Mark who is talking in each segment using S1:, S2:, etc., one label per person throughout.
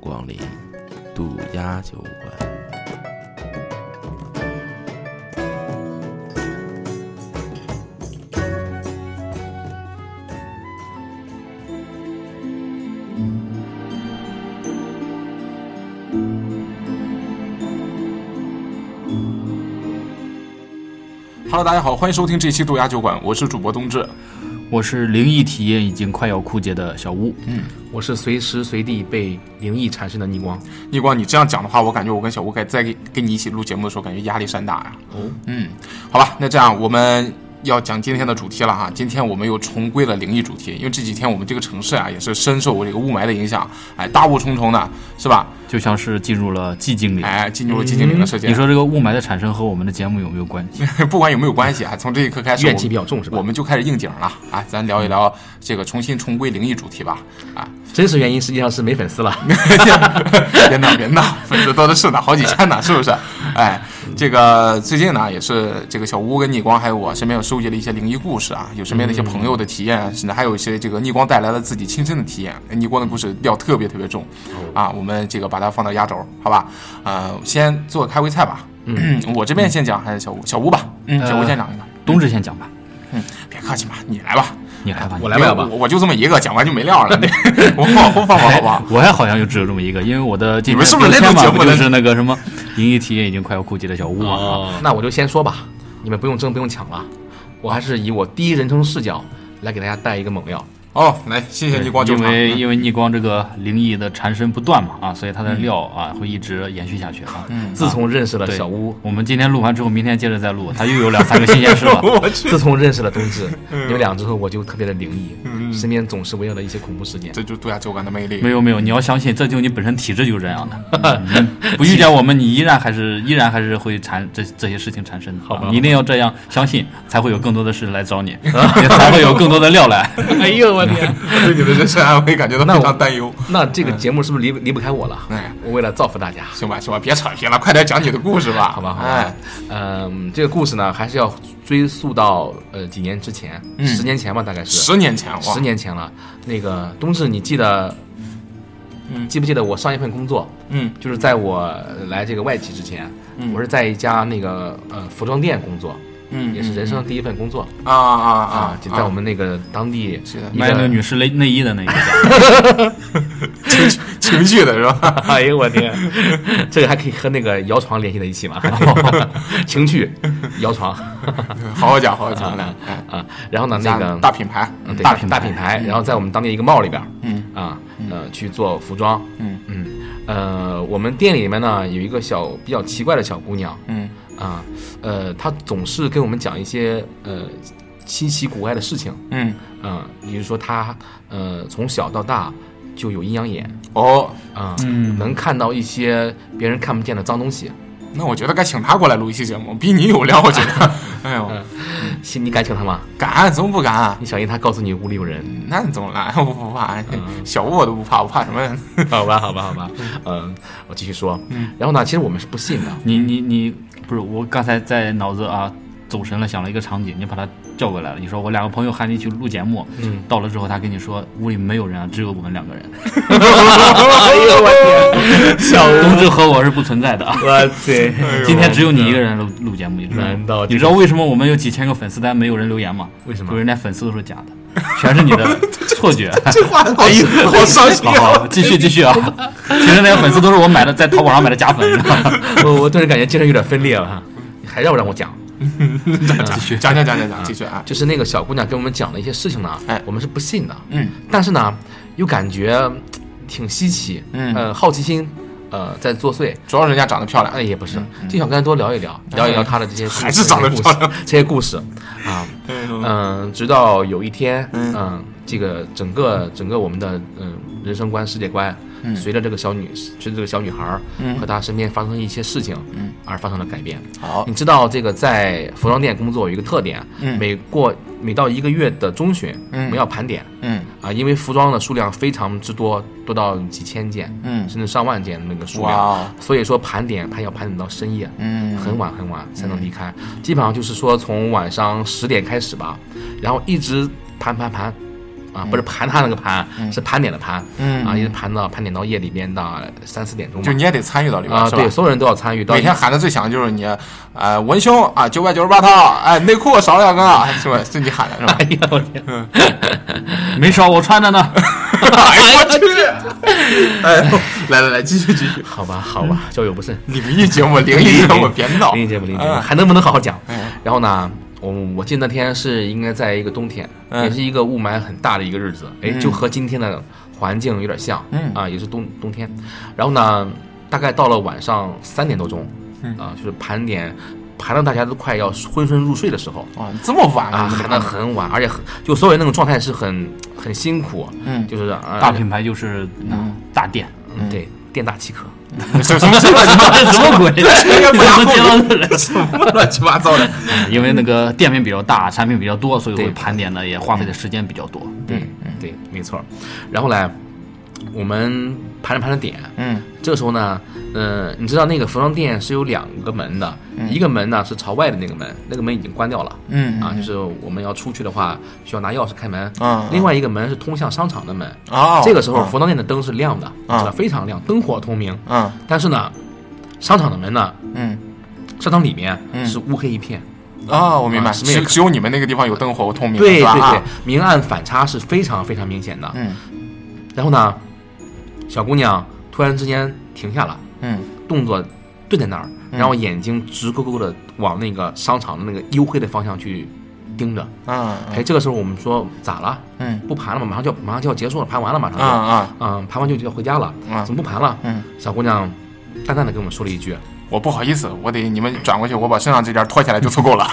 S1: 光临渡鸦酒馆。
S2: Hello，大家好，欢迎收听这期渡鸦酒馆，我是主播冬至。
S3: 我是灵异体验已经快要枯竭的小屋，
S4: 嗯我是随时随地被灵异缠身的逆光。
S2: 逆光，你这样讲的话，我感觉我跟小吴该在跟跟你一起录节目的时候，感觉压力山大呀、
S4: 哦，
S2: 嗯，好吧，那这样我们要讲今天的主题了哈。今天我们又重归了灵异主题，因为这几天我们这个城市啊，也是深受这个雾霾的影响，哎，大雾重重的，是吧？
S3: 就像是进入了寂静岭。
S2: 哎，进入了寂静岭的世
S4: 啊
S2: 界。
S3: 你说这个雾霾的产生和我们的节目有没有关
S4: 嗯
S3: 系？
S2: 不管有没有关系啊，从这一刻开始，
S4: 怨气比较重是吧
S2: 我们就开始应景了啊，咱聊一聊这个重新重归灵异主题吧。啊，
S4: 真实原因实际上是没粉丝了。
S2: 别闹别闹，粉丝多的是呢，好几千呢，是不是？哎，这个最近呢，也是这个小吴跟逆光还有我身边有收集了一些灵异故事啊，有身边的一些朋友的体验，甚至还有一些这个逆光带来了自己亲身的体验。哎逆光的故事料特别特别重啊，我们这个把它放到压轴，好吧？呃，先做开胃菜吧。嗯，我这边先讲还是小吴？小吴吧，嗯，小吴先讲一个。
S3: 冬至先讲吧，
S2: 别客气嘛，你来吧，
S3: 你来吧，
S4: 啊我
S3: 你
S4: 来不了吧
S2: 没有我我就这么一个，讲完就没料了。你 我往后放放好不好？
S3: 哎我还好像就只有这么一个，因为我的
S2: 你
S3: 今天
S2: 们是不是
S3: 标签
S2: 那种
S3: 嘛
S2: 节目
S3: 不就
S2: 的
S3: 是那个什么灵异体验已经快要枯竭的小屋嘛？啊
S4: 那我就先说吧，你们不用争，不用抢了。我还是以我第一人称视角来给大家带一个猛料。
S2: 哦，来，谢谢
S3: 对
S2: 逆光救
S3: 因
S2: 场。
S3: 为因为逆光这个灵异的缠身不断嘛啊，所以它的料啊会一直延续下去啊。
S4: 自从认识了
S3: 对
S4: 小屋，
S3: 我们今天录完之后，明天接着再录，它又有两三个新鲜事了。
S4: 自从认识了冬至，你们俩之后，我就特别的灵异，身边总是围绕着一些恐怖事件。
S2: 这就是度假酒馆的魅力。
S3: 没有没有，你要相信，这就是你本身体质就是这样 的。嗯、不遇见我们，你依然还是依然还是会产这这些事情产生的。好吧，你一定要这样相信，才会有更多的事来找 你，也才会有更多的料来。
S4: 哎呦 我天！
S2: 对你的人身安危感觉到非常担忧。
S4: 那这个节目是不是离离不开我了
S2: 哎？
S4: 我为了造福大家，
S2: 行吧，行吧，别扯皮了，快点讲你的故事吧。
S4: 好吧，好吧。
S2: 哎，
S4: 嗯，这个故事呢，还是要追溯到呃几年之前，十年前吧，大概是
S2: 十年前，哇
S4: 十，年前了。那个冬至，你记得，
S2: 嗯
S4: 记不记得我上一份工作，
S2: 嗯
S4: 就是在我来这个外企之前，我是在一家那个呃服装店工作，
S2: 嗯
S4: 也是人生的第一份工作
S2: 啊啊啊，
S4: 就在我们那个当地
S2: 是的
S4: 一
S3: 买那个
S4: 个，
S3: 女士内内衣的那一家，
S2: 情绪情绪的是 吧？
S4: 哎呦我天，这个还可以和那个谣床联系在一起吗？ 情趣谣床
S2: 好好讲，好好讲，来，哎，
S4: 啊，然后呢那
S2: 家
S4: 个
S2: 大品牌，
S4: 嗯，对
S3: 大
S4: 大
S3: 品
S4: 大
S3: 牌
S4: 品牌，然后在我们当地一个 mall 里边儿，
S2: 嗯
S4: 啊，呃，去做服装，
S2: 嗯
S4: 嗯，呃，我们店里面呢有一个小比较奇怪的小姑娘
S2: 嗯
S4: 啊，呃，她总是跟我们讲一些呃稀奇古怪的事情，
S2: 嗯，
S4: 嗯、比如说她呃从小到大就有阴阳眼
S2: 哦，
S4: 啊，能看到一些别人看不见的脏东西，
S2: 那我觉得该请他过来录一期节目，比你有料，我觉得。
S4: 嗯
S2: 哎呦，
S4: 信你敢请她吗？
S2: 敢怎么不敢？
S4: 你小心她告诉你屋里有人。
S2: 那你怎么来？ 我不怕，
S4: 嗯
S2: 小吴我都不怕，我怕什 么？
S4: 好吧，好吧，好吧，嗯，我继续说，然后呢，其实我们是不信的，
S3: 你你你不是我刚才在脑子啊走神了，想了一个场景，你把她叫过来了，你说我两个朋友喊你去录节目，
S4: 嗯
S3: 到了之后她跟你说屋里没有人啊，只有我们两个人，
S4: 哎呦我天，小
S3: 冬至和我是不存在的啊。
S4: 我 天，
S3: 今天只有你一个人录录节目，你知道吗
S4: 难道这个
S3: 你知道为什么我们有几千个粉丝但没有人留言吗？
S4: 为什么
S3: 就是人家粉丝都是假的，全是你 的错觉。
S2: 这话好好伤心
S3: 好
S4: 哦
S3: 好，继续继续啊！其实那些粉丝都是我买的，在淘宝上买的假粉，你知道 吗？
S4: 我我顿时感觉精神有点分裂了哈，还要不让我讲？
S3: 继
S4: 嗯
S3: 续。
S2: 讲讲讲讲讲，继续啊。
S4: 就是那个小姑娘给我们讲的一些事情呢
S2: 哎，
S4: 我们是不信的，
S2: 嗯，
S4: 但是呢，又感觉嗯挺稀奇，
S2: 嗯
S4: 呃，好奇心，呃，在作祟。
S2: 主要人家长得漂亮
S4: 哎，，也不是，
S2: 嗯
S4: 就想跟她多聊一聊，聊一聊她的这些
S2: 哎还是长得
S4: 故事
S2: 漂亮哎
S4: 这些故事啊，嗯，直到有一天，嗯，这个整个整个我们的嗯人生观、世界观，
S2: 嗯
S4: 随着这个小女，随着这个小女孩儿和她身边发生一些事情，
S2: 嗯
S4: 而发生了改变。
S2: 好
S4: 你，知道这个在服装店工作有一个特点，
S2: 嗯
S4: 每过每到一个月的中旬，我们要盘点
S2: 嗯
S4: 啊，因为服装的数量非常之多，多到几千件，
S2: 嗯
S4: 甚至上万件那个数
S2: 哇哦
S4: 量，所以说盘点它要盘点到深夜，
S2: 嗯
S4: 很晚很晚才能离开，基本上就是说从晚上十点开始吧，然后一直盘盘盘，啊，不是盘他那个盘，是盘点的盘，
S2: 嗯
S4: 啊，一直盘到盘点到夜里面的三四点钟
S2: 就
S4: 嘛
S2: 你也得参与到里边，
S4: 啊，
S2: 是吧
S4: 对，？所有人都要参与到
S2: 每天喊的最响就是你，呃，文胸啊，九百九十八套，哎，内裤少两个，是吧？是你喊的是 吧？
S4: 哎呀，我天！
S3: 没少，我穿着呢。
S2: 哎呦我去！ 哎呦，来来来，继续继续，
S4: 好吧，好 吧，交友不慎。
S2: 灵异节目，灵异节目，别闹，
S4: 理解不理解，
S2: 嗯
S4: 还能不能好好讲
S2: 嗯？
S4: 然后呢，我我记得那天是应该在一个冬天，
S2: 嗯
S4: 也是一个雾霾很大的一个日子，哎，
S2: 嗯
S4: 就和今天的环境有点像，
S2: 嗯
S4: 啊，也是冬冬天。然后呢，大概到了晚上三点多钟，
S2: 嗯
S4: 啊，就是盘点。盘到大家都快要昏昏入睡的时候
S2: 哇，这么晚
S4: 啊，
S2: 了，
S4: 喊得很晚，而且很就所有人那种状态是很很辛苦，
S2: 嗯
S4: 就是啊
S3: 大品牌就是嗯大 店，
S4: 嗯对店大欺客，
S2: 什么什么什么
S3: 什么 鬼？
S2: 这个不 要
S3: 什么结论
S2: 什么 乱七八糟的，
S3: 因为那个店面比较大，产品比较多，所以
S4: 对
S3: 会盘点的也花费的时间比较多。
S2: 嗯
S4: 对嗯对，没错。然后呢，我们盘着盘着点，
S2: 嗯
S4: 这个时候呢，呃，你知道那个服装店是有两个门的，一个门呢是朝外的那个门，那个门已经关掉了。
S2: 嗯
S4: 啊，就是我们要出去的话，需要拿钥匙开门。
S2: 嗯
S4: 另外一个门是通向商场的门。
S2: 哦，
S4: 这个时候服装店的灯是亮的，
S2: 嗯
S4: 是吧非常亮，灯火通明。
S2: 嗯
S4: 但是呢，商场的门呢，
S2: 嗯
S4: 商场里面
S2: 嗯
S4: 是乌黑一片。
S2: 啊，我明白，
S4: 啊什么也
S2: 只
S4: 看
S2: 只有你们那个地方有灯火通明，
S4: 对
S2: 是
S4: 对
S2: 吧？
S4: 对
S2: 啊，
S4: 明暗反差是非常非常明显的。
S2: 嗯
S4: 然后呢，小姑娘突然之间停下了，
S2: 嗯
S4: 动作顿在那儿，然后眼睛直勾勾的往那个商场的那个黝黑的方向去盯着。
S2: 啊
S4: 哎，这个时候我们说咋了？
S2: 嗯
S4: 不盘了吗？马上就要马上就要结束了，盘完了马上
S2: 啊
S4: 就，
S2: 啊
S4: 嗯，盘完就就要回家了，
S2: 嗯
S4: 怎么不盘了？
S2: 嗯，
S4: 小姑娘淡淡的跟我们说了一句，
S2: 我不好意思，我得你们转过去，我把身上这件脱下来就凑够了。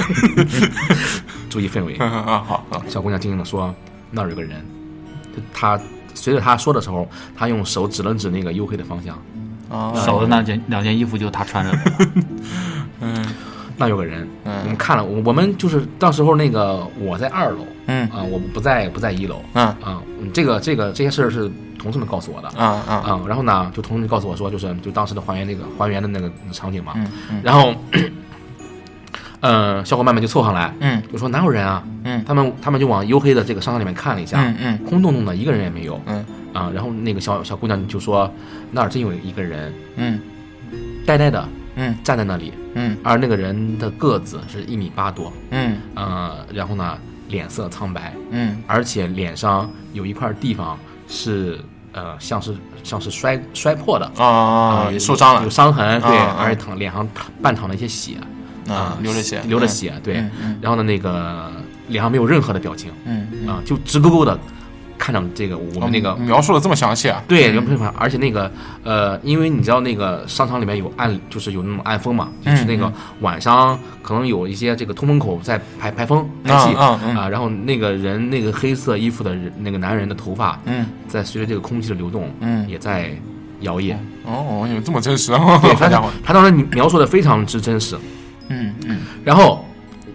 S4: 注意氛围。
S2: 嗯嗯嗯，好，嗯
S4: 小姑娘静静的说，那儿有个人。就她随着她说的时候，她用手指了指那个黝黑的方向，嗯
S2: 啊
S3: 少的那件两件衣服就他穿着的，
S2: 嗯
S4: 那有个人。我
S2: 嗯
S4: 们看了，我我们就是到时候那个我在二楼，
S2: 嗯
S4: 啊、我不在不在一楼，
S2: 嗯
S4: 啊、嗯这个这个这些事儿是同事们告诉我的，啊、
S2: 嗯嗯
S4: 然后呢，就同事告诉我说，就是就当时的还原那个还原的那个场景嘛，
S2: 嗯嗯
S4: 然后， 呃，小伙伴们就凑上来，
S2: 嗯
S4: 就说哪有人啊，
S2: 嗯
S4: 他们他们就往黝黑的这个商场里面看了一下，
S2: 嗯嗯
S4: 空洞洞的，一个人也没有，
S2: 嗯
S4: 啊、然后那个小小姑娘就说，那儿真有一个人，
S2: 嗯
S4: 呆呆的
S2: 嗯
S4: 站在那里，
S2: 嗯
S4: 而那个人的个子是一米八多，
S2: 嗯
S4: 呃，然后呢，脸色苍白，
S2: 嗯
S4: 而且脸上有一块地方是呃，像是像是摔摔破的
S2: 啊，
S4: 有
S2: 受伤
S4: 有
S2: 了
S4: 伤痕，对，
S2: 啊啊
S4: 而且淌脸上半淌了一些血
S2: 啊，流着血，
S4: 流着血，对，
S2: 嗯嗯
S4: 然后呢，那个脸上没有任何的表情
S2: 嗯，嗯，
S4: 啊、就直勾勾的看着这个我们那个。
S2: 描述的这么详细啊，
S4: 对，有没有办法？而且那个，呃，因为你知道那个商场里面有暗，就是有那种暗风嘛，
S2: 嗯
S4: 就是那个晚上可能有一些这个通风口在排排风排气，
S2: 嗯嗯嗯
S4: 啊，然后那个人那个黑色衣服的人，那个男人的头发
S2: 嗯
S4: 在随着这个空气的流动，
S2: 嗯
S4: 也在摇曳。
S2: 哦，你们这么真实啊，
S4: 对，
S2: 好
S4: 他
S2: 家伙，
S4: 他当时描述的非常之真实。
S2: 嗯嗯
S4: 然后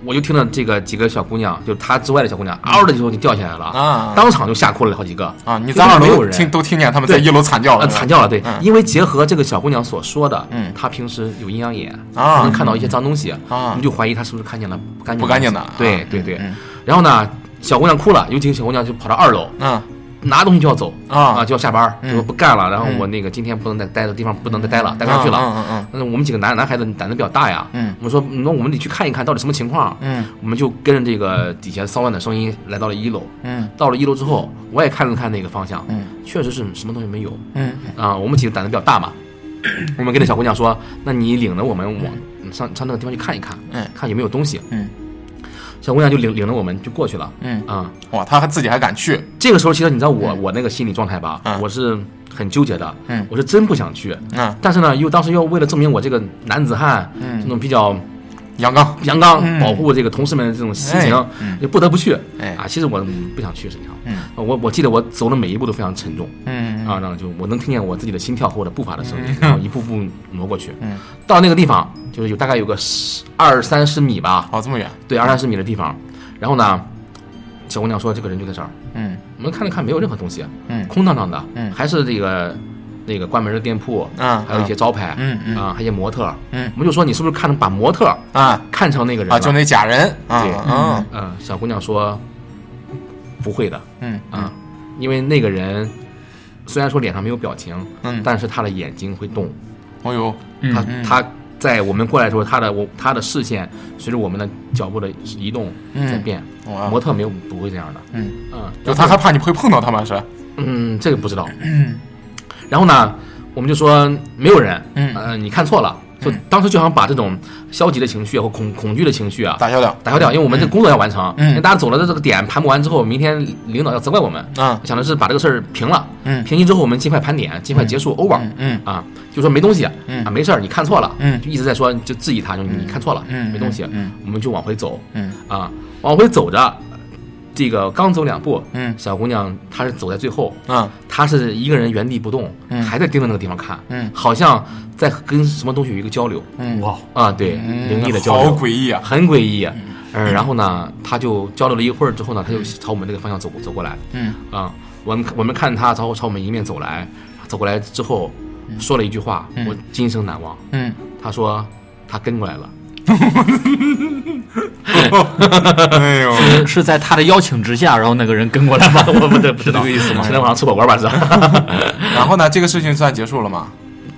S4: 我就听到这个几个小姑娘，就她之外的小姑娘，嗷的一声就掉下来了，
S2: 嗯啊
S4: 当场就吓哭了好几个
S2: 啊，你在二
S4: 没有
S2: 楼
S4: 人
S2: 听都听见他们在一楼惨叫
S4: 啊
S2: 了，
S4: 惨叫了。对
S2: 嗯，
S4: 因为结合这个小姑娘所说的，
S2: 嗯
S4: 她平时有阴阳眼，
S2: 啊
S4: 能看到一些脏东西，我
S2: 啊
S4: 们，就怀疑她是不是看见了不干净
S2: 不干净
S4: 的
S2: 的
S4: 东西。对对对
S2: 嗯。
S4: 然后呢，小姑娘哭了，有几个小姑娘就跑到二楼，
S2: 嗯
S4: 拿东西就要走
S2: 啊
S4: 啊，就要下班儿，
S2: 嗯
S4: 就说不干了。然后我那个今天不能再待的地方不能再待了，待不下去了。
S2: 嗯嗯
S4: 但是我们几个男男孩子胆子比较大呀，
S2: 嗯
S4: 我们说那我们得去看一看到底什么情况。啊
S2: 嗯
S4: 我们就跟着这个底下骚乱的声音来到了一楼。
S2: 嗯
S4: 到了一楼之后，我也看了看那个方向，
S2: 嗯
S4: 确实是什么东西没有
S2: 嗯
S4: 啊、我们几个胆子比较 大嘛，我们跟那小姑娘说：“那你领着我们往上上那个地方去看一看，
S2: 嗯
S4: 看有没有东西。
S2: 嗯”
S4: 小姑娘就领领着我们就过去了。
S2: 嗯，
S4: 啊、
S2: 哇，他还自己还敢去，
S4: 这个时候其实你知道我、我那个心理状态吧，
S2: 嗯
S4: 我是很纠结的，
S2: 嗯
S4: 我是真不想去，
S2: 嗯，
S4: 但是呢，又当时又为了证明我这个男子汉，
S2: 嗯
S4: 这种比较
S2: 阳刚，
S4: 阳刚、
S2: 嗯
S4: 保护这个同事们的这种心情，
S2: 哎嗯
S4: 就不得不去。
S2: 哎
S4: 啊，其实我不想去，实际上，
S2: 嗯
S4: 我我记得我走的每一步都非常沉重。
S2: 嗯
S4: 啊，然后就我能听见我自己的心跳和我的步伐的声音，然后一步步挪过去，
S2: 嗯，
S4: 到那个地方就是有大概有个十二三十米吧，
S2: 跑这么远，
S4: 对，二三十米的地方，然后呢，小姑娘说这个人就在这儿，
S2: 嗯
S4: 我们看了看没有任何东西，啊
S2: 嗯
S4: 空荡荡的，
S2: 嗯
S4: 还是这个那个关门的店铺，
S2: 嗯
S4: 还有一些招牌，
S2: 嗯嗯
S4: 啊，还有一些模特儿，
S2: 嗯
S4: 我们就说你是不是看把模特儿
S2: 啊
S4: 看成那个人
S2: 啊，就
S4: 了，呃
S2: 那假人啊，
S4: 对
S2: 嗯
S4: 嗯，小姑娘说不会的
S2: 嗯
S4: 啊，因为那个人虽然说脸上没有表情，
S2: 嗯
S4: 但是他的眼睛会动，
S2: 哦呦，
S4: 他
S3: 嗯，
S4: 他在我们过来的时候，他的我他的视线随着我们的脚步的移动
S2: 嗯
S4: 在变。
S2: 哇
S4: 模，特没有不会这样的，
S2: 嗯
S4: 嗯，
S2: 就他害怕你会碰到他吗？是？
S4: 嗯，这个不知道。 然后呢，我们就说没有人，
S2: 嗯
S4: 呃，你看错了。就当时就想把这种消极的情绪啊或恐恐惧的情绪啊
S2: 打消掉，
S4: 打消掉，因为我们这工作要完成，
S2: 嗯
S4: 因为大家走了的这个点盘不完之后，明天领导要责怪我们。
S2: 嗯
S4: 想的是把这个事儿平了，
S2: 嗯
S4: 平息之后我们尽快盘点，尽快结束，over
S2: 嗯嗯
S4: 啊，就说没东西，
S2: 嗯
S4: 啊，没事儿，你看错了，
S2: 嗯
S4: 就一直在说，就质疑他，就你看错了，
S2: 嗯，
S4: 没东西，啊
S2: 嗯
S4: 我们就往回走
S2: 嗯
S4: 啊，往回走着，这个刚走两步，
S2: 嗯
S4: 小姑娘她是走在最后，
S2: 嗯
S4: 她是一个人原地不动，
S2: 嗯
S4: 还在盯着那个地方看，
S2: 嗯
S4: 好像在跟什么东西有一个交流
S2: 嗯，
S3: 哇，
S4: 啊，对，
S2: 嗯
S4: 灵异的交
S2: 好
S4: 流，
S2: 诡异 啊！
S4: 很诡异。嗯，然后呢，她就交流了一会儿之后呢，她就朝我们这个方向走走过来，
S2: 嗯
S4: 啊，我们我们看她朝朝我们迎面走来，走过来之后说了一句话，我今生难忘。
S2: 嗯，
S4: 她说她跟过来了，
S2: 哎呦，
S3: 是是在他的邀请之下，然后那个人跟过来 吗？我不得不知道
S4: 这个意思 吗？天晚上吃火锅吧是吧？
S2: 然后呢？这个事情算结束了吗？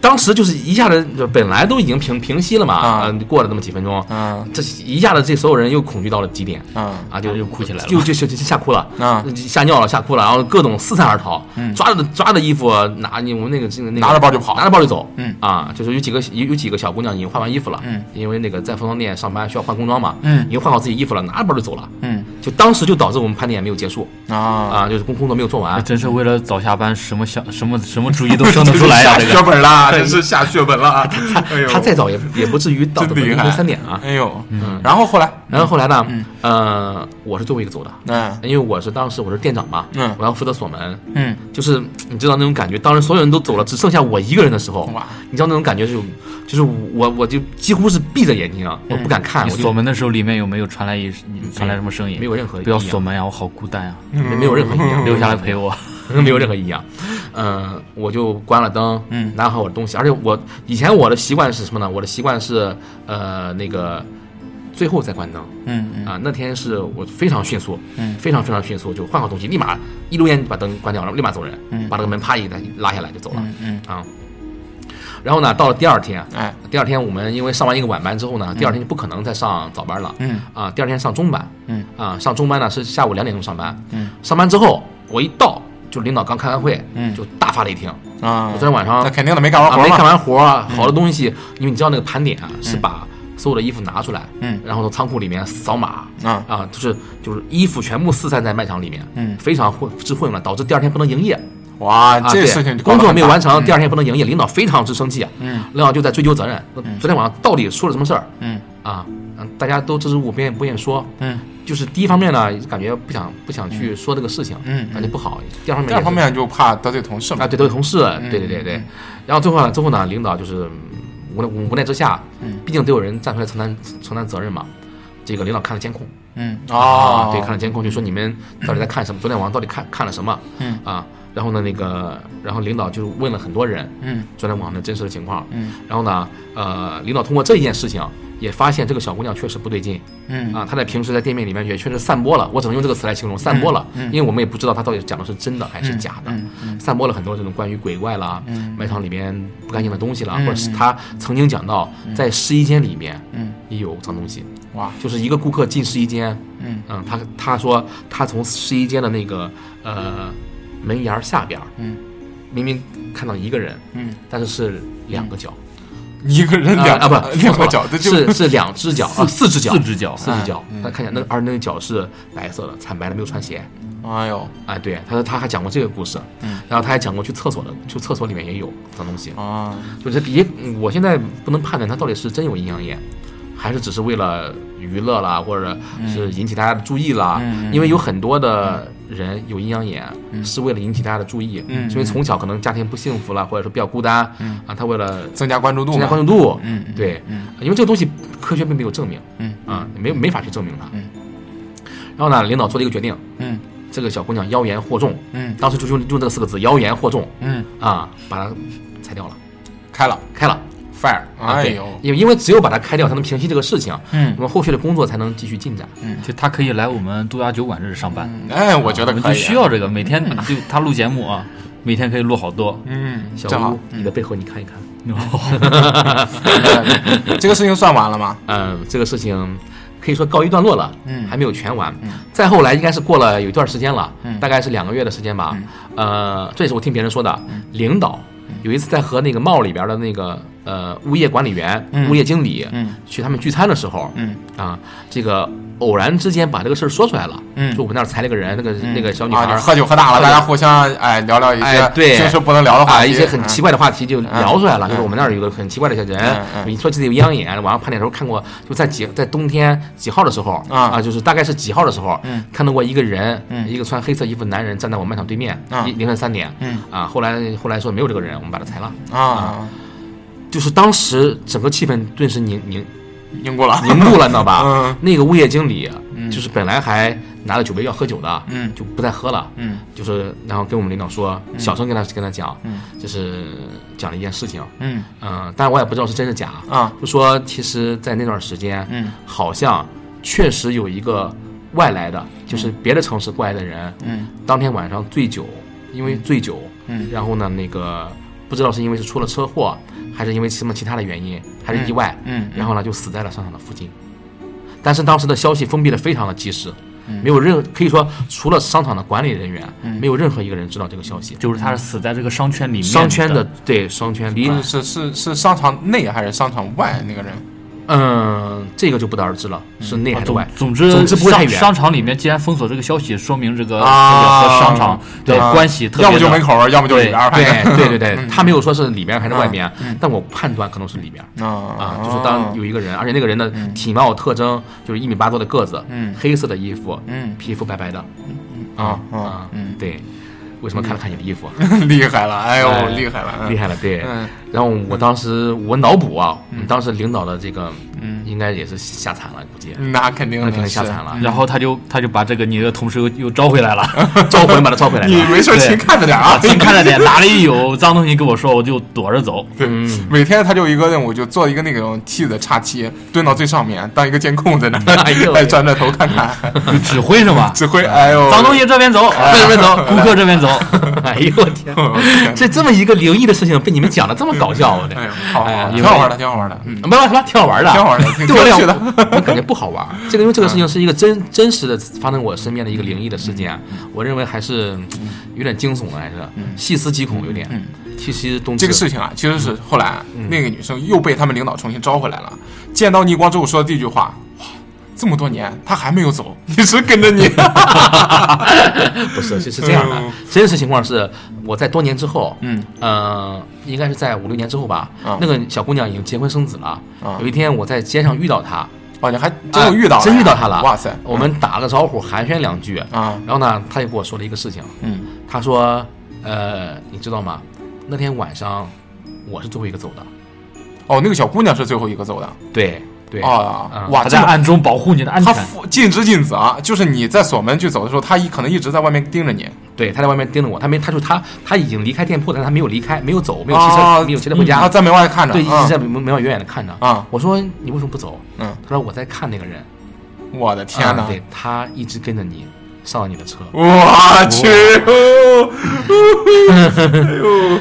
S4: 当时就是一下子，就本来都已经平平息了嘛，
S2: 啊
S4: 嗯过了那么几分钟，
S2: 嗯
S4: 这一下子这所有人又恐惧到了极点
S2: 嗯
S4: 啊，就
S3: 又哭起来了
S4: 就就就就吓哭了。呃
S2: 嗯，
S4: 吓尿了，吓哭了，然后各种四散而逃，抓着抓着衣服，拿你我们那个这个那个
S2: 拿着包就跑
S4: 拿着包就走，
S2: 嗯
S4: 啊，就是有几个有有几个小姑娘已经换完衣服了，
S2: 嗯，
S4: 因为那个在服装店上班需要换工装嘛，
S2: 嗯
S4: 已经换好自己衣服了，拿着包就走了，
S2: 嗯
S4: 就当时就导致我们盘点没有结束
S2: 啊，
S4: 啊，就是工工作没有做
S3: 还
S4: 完，
S3: 真是为了早下班，什么想什么什么主意都生得出来
S2: 下
S3: 呀、这
S2: 血
S3: 个
S2: 本啦，真是下血本了。哎呦
S4: 哎他再早也也不至于到
S2: 真厉
S4: 凌
S2: 害，嗯
S4: 晨三点啊，
S2: 哎呦，然后后来，
S4: 然后后来呢，呃，我是最后一个走的，
S2: 嗯
S4: 因为我是当时我是店长嘛，
S2: 嗯
S4: 我要负责锁门，
S2: 嗯，
S4: 就是你知道那种感觉，当时所有人都走了，只剩下我一个人的时候
S2: 哇，
S4: 你知道那种感觉是有，就是我我就几乎是闭着眼睛啊，我不敢看，
S3: 你
S4: 我
S3: 锁
S4: 就
S3: 门的时候，里面有没有传来一传来什么声音？
S4: 没有任何嗯
S3: 不要
S4: 异样
S3: 锁门呀、我好孤单呀、
S4: 没没有任何异样，
S3: 留下来陪我。
S4: 没有任何异样，嗯，我就关了灯，
S2: 嗯
S4: 拿好我的东西，而且我以前我的习惯是什么呢？我的习惯是呃那个最后再关灯，
S2: 嗯嗯
S4: 啊，那天是我非常迅速，
S2: 嗯
S4: 非常非常迅速，就换好东西，立马一溜烟把灯关掉，然后立马走人，
S2: 嗯
S4: 把那个门啪一拉拉下来就走了、
S2: 嗯嗯，
S4: 啊。然后呢，到了第二天，啊
S2: 哎，
S4: 第二天我们因为上完一个晚班之后呢，第二天就不可能再上早班了，
S2: 嗯
S4: 啊，第二天上中班，
S2: 嗯
S4: 啊，上中班呢是下午两点钟上班，
S2: 嗯，
S4: 上班之后我一到就领导刚开完会，
S2: 嗯
S4: 就大发雷霆，
S2: 啊，
S4: 我昨天晚上
S2: 那肯定的，没干完
S4: 啊，
S2: 活
S4: 没看
S2: 嘛，
S4: 完活儿，
S2: 嗯
S4: 好的东西，因为你知道那个盘点啊，是把所有的衣服拿出来，
S2: 嗯
S4: 然后从仓库里面扫码，
S2: 啊
S4: 啊，就是就是衣服全部四散在卖场里面，
S2: 嗯
S4: 非常混之混乱，导致第二天不能营业。
S2: 哇，
S4: 啊，
S2: 这
S4: 对
S2: 事情
S4: 工作没有完成，第二天不能营业，领导非常之生气啊，
S2: 嗯，
S4: 领导就在追究责任。那昨天晚上到底出了什么事儿
S2: 嗯
S4: 啊？嗯大家都支支吾吾，不愿意不愿意说。
S2: 嗯，
S4: 就是第一方面呢，感觉不想不想去说这个事情，
S2: 嗯嗯
S4: 感觉不好；第二方面
S2: 第
S4: 也
S2: 二
S4: 是
S2: 方面嗯就怕得罪同事嘛
S4: 啊，，对，都是同事，对对对对。然后最后呢，最后呢，领导就是嗯无奈无奈之下，
S2: 嗯
S4: 毕竟得有人站出来承担承担责任嘛。这个领导看了监控
S2: 嗯啊，
S4: 对，看了监控就说你们到底在看什么？昨天晚上到底看看了什么？
S2: 嗯
S4: 啊，然后呢，那个，然后领导就问了很多人
S2: 嗯
S4: 昨天晚上的真实的情况。
S2: 嗯，
S4: 然后呢，呃，领导通过这一件事情也发现这个小姑娘确实不对劲
S2: 嗯
S4: 啊，她在平时在店面里面也确实散播了，我只能用这个词来形容散播了，因为我们也不知道她到底讲的是真的还是假的。
S2: 嗯嗯
S4: 散播了很多这种关于鬼怪啦、卖场里面不干净的东西啦，
S2: 嗯
S4: 或者是他曾经讲到在试衣间里面
S2: 嗯，
S4: 也有脏东西，
S2: 哇，
S4: 就是一个顾客进试衣间，
S2: 嗯
S4: 他他说他从试衣间的那个呃门沿儿下边，
S2: 嗯，
S4: 明明看到一个人，
S2: 嗯，
S4: 但是是两个脚，
S2: 一个人两
S4: 啊啊不
S2: 两个
S4: 说错
S2: 脚，
S4: 了
S2: 这就是
S4: 是两只脚啊四只脚
S3: 四只脚，
S4: 四只脚
S2: 嗯，
S4: 他看见那个而那个脚是白色的，惨白的，没有穿鞋，
S2: 哎呦
S4: 啊，对，他说他还讲过这个故事，
S2: 嗯，
S4: 然后他还讲过去厕所的，去厕所里面也有脏东西，
S2: 啊，
S4: 就是也，我现在不能判断他到底是真有阴阳眼，还是只是为了娱乐啦，或者是引起大家的注意啦，
S2: 嗯
S4: 因为有很多的人有阴阳眼、是为了引起大家的注意，
S2: 嗯
S4: 是因为从小可能家庭不幸福啦，或者说比较孤单，
S2: 嗯
S4: 啊，他为了
S2: 增加关注度
S4: 增加
S2: 嘛，
S4: 关注度，
S2: 嗯嗯
S4: 对，
S2: 嗯
S4: 因为这个东西科学并没有证明，
S2: 嗯
S4: 啊，没有没法去证明它，
S2: 嗯
S4: 然后呢，领导做了一个决定，
S2: 嗯
S4: 这个小姑娘妖言惑众，
S2: 嗯
S4: 当时就用用这四个字“妖言惑众
S2: 嗯”
S4: 啊，把她裁掉了，
S2: 开了
S4: 开了，啊
S2: fire，哎
S4: 对
S2: 呦，
S4: 因为因为只有把它开掉，才能平息这个事情，
S2: 嗯
S4: 我们后续的工作才能继续进展。
S3: 就他可以来我们度假酒馆这儿上班，
S4: 嗯
S2: 哎，
S4: 啊
S2: 我觉
S3: 我
S2: 得
S3: 们
S2: 可
S3: 就
S2: 以，
S3: 需，要这个，每天就他录节目啊，每天可以录好多。
S2: 嗯，
S4: 小
S2: 正好
S4: 屋，，你的背后你看一看，
S2: 这个事情算完了吗？
S4: 嗯，这个事情可以说告一段落了，
S2: 嗯
S4: 还没有全完。再后来应该是过了有一段时间了，
S2: 嗯
S4: 大概是两个月的时间吧。呃，这也是我听别人说的，
S2: 嗯
S4: 领导有一次在和那个帽里边的那个呃物业管理员、
S2: 嗯
S4: 物业经理
S2: 嗯
S4: 去他们聚餐的时候，
S2: 嗯
S4: 啊，这个偶然之间把这个事儿说出来了，
S2: 嗯
S4: 就我们那儿裁了个人，那个那个小女
S2: 啊，
S4: 孩
S2: 就
S4: 儿
S2: 喝酒喝大了，
S4: 喝酒
S2: 大家互相哎聊聊一些
S4: 哎对
S2: 平时不能聊的话
S4: 啊，
S2: 题，
S4: 一些很奇怪的话题就聊出来了，
S2: 嗯
S4: 就是我们那儿有个很奇怪的小人
S2: 嗯，嗯
S4: 你说自己有阴影，晚上盘点的时候看过，就在几在冬天几号的时候
S2: 啊
S4: 就是大概是几号的时候
S2: 嗯，
S4: 看到过一个人，
S2: 嗯
S4: 一个穿黑色衣服的男人站在我们卖场对面
S2: 啊，
S4: 一凌晨三点
S2: 嗯，
S4: 啊，后来后来说没有这个人，我们把他裁了，
S2: 啊啊，
S4: 就是当时整个气氛顿时凝凝
S2: 英国 了，
S4: 凝固了，你知道吧？
S2: 嗯
S4: 那个物业经理啊就是本来还拿着酒杯要喝酒的，
S2: 嗯
S4: 就不再喝了，
S2: 嗯
S4: 就是然后跟我们领导说，小声跟他跟他讲，就是讲了一件事情。
S2: 嗯
S4: 嗯，但我也不知道是真是假。
S2: 啊
S4: 就说其实，在那段时间，
S2: 嗯，
S4: 好像确实有一个外来的，就是别的城市过来的人，
S2: 嗯
S4: 当天晚上醉酒，因为醉酒，
S2: 嗯
S4: 然后呢，那个不知道是因为是出了车祸，还是因为什么其他的原因，还是意外，
S2: 嗯
S4: 然后呢就死在了商场的附近。但是当时的消息封闭的非常的及时，
S2: 嗯
S4: 没有任可以说除了商场的管理人员，没有任何一个人知道这个消
S2: 嗯
S4: 息。
S3: 就是他是死在这个商圈里面，
S4: 商圈的，对商圈离
S2: 嗯，是是是商场内还是商场外那个人？
S4: 嗯，这个就不得而知了，
S2: 嗯
S4: 是内还是
S3: 啊总
S2: 啊
S4: 外？
S3: 总之
S4: 总之不会太
S3: 商
S4: 远
S3: 商场里面既然封锁这个消息，说明这个
S2: 啊
S3: 和商场的
S2: 啊
S3: 关系特别
S2: 要
S3: 的，
S2: 不就门口，要不就里边儿，哎反
S4: 对
S2: 正
S4: 对对对，他没有说是里边还是外边，
S2: 嗯
S4: 但我判断可能是里边
S2: 啊
S4: 啊，就是当有一个人，而且那个人的体貌特征就是一米八多的个子，
S2: 嗯
S4: 黑色的衣服，
S2: 嗯
S4: 皮肤白白的，
S2: 啊
S4: 啊
S2: 啊
S4: 啊，
S2: 嗯，
S4: 对，为什么看了看你的衣服？
S2: 厉害了，哎呦
S4: 哎
S2: 厉害了，
S4: 厉
S2: 害，
S4: 害了，对。
S2: 嗯
S4: 然后我当时我脑补啊，我们当时领导的这个，
S2: 嗯
S4: 应该也是吓惨了，估计
S2: 那肯定
S4: 那
S2: 的
S4: 肯定
S2: 是
S4: 吓惨了，
S3: 啊然后他就他就把这个你的同事又又招回来了，
S4: 招魂把他招回来
S2: 你
S4: 了。
S2: 没事儿勤看着点儿啊，
S3: 你看着点，哪里有脏东西跟我说，我就躲着走。
S2: 对，
S4: 嗯
S2: 每天他就一个任务，就做一个那种 T 的叉七，蹲到最上面当一个监控在那儿，
S4: 哎呦啊
S2: 哎，转转头看 看，
S3: 就指挥是 吧？
S2: 指挥，哎呦，
S3: 脏东西这边走，这边走，顾客这边走。
S4: 哎呦我天！这这么一个灵异的事情被你们讲的这么搞笑，我的
S2: 哎呦，好好
S4: 哎
S2: 玩，
S4: 呀
S2: 挺好玩的，挺好玩的，嗯，
S4: 没有什么挺好玩
S3: 啊
S4: 的，
S2: 挺好玩的挺
S4: 对我
S2: 挺
S4: 来嗯
S2: 有趣的
S4: 讲， 我感觉不好玩。这个因为这个事情是一个真真实的发生我身边的一个灵异的事件，啊我认为还是嗯有点惊悚的，还是细思极恐有点。其实东
S2: 这个
S4: 芝
S2: 事情啊，其实是后来
S4: 嗯
S2: 那个女生又被他们领导重新招回来了。见到逆光之后说的第一句话：“哇，这么多年他还没有走，一直跟着 你。
S4: 不是，是是这样的
S2: 嗯，
S4: 真实情况是我在多年之后，啊
S2: 嗯，
S4: 呃，应该是在五六年之后吧
S2: 啊，
S4: 那个小姑娘已经结婚生子了
S2: 啊。
S4: 有一天我在街上遇到她，”
S2: 哦，你还真有
S4: 哎
S2: 遇到了呀，
S4: 真遇到她了。
S2: 哇塞，嗯
S4: 我们打了个招呼，寒暄两句，
S2: 啊，
S4: 然后呢，她就跟我说了一个事情，
S2: 嗯，
S4: 他说：“呃，你知道吗？那天晚上我是最后一个走的。
S2: 哦，那个小姑娘是最后一个走的。
S4: 对”对
S2: 哦，
S4: 嗯
S2: 哇，
S3: 他
S2: 这
S3: 在
S2: 么
S3: 暗中保护你的安
S2: 他
S3: 全。
S2: 父尽职尽责啊，就是你在锁门去走的时候，他一可能一直在外面盯着你。
S4: 对，他在外面盯着我，他没，他就他他已经离开店铺，但他没有离开，没有走，没有骑车，
S2: 啊，
S4: 没有骑车回
S2: 嗯他
S4: 家，
S2: 在门外看着。
S4: 对，一
S2: 嗯
S4: 直在门门外远远的看着。
S2: 啊
S4: 我说你为什么不走？
S2: 嗯，
S4: 他说我在看那个人。
S2: 我的天
S4: 啊
S2: 哪！
S4: 对他一直跟着你，上了你的车。
S2: 我去，哦哎呦，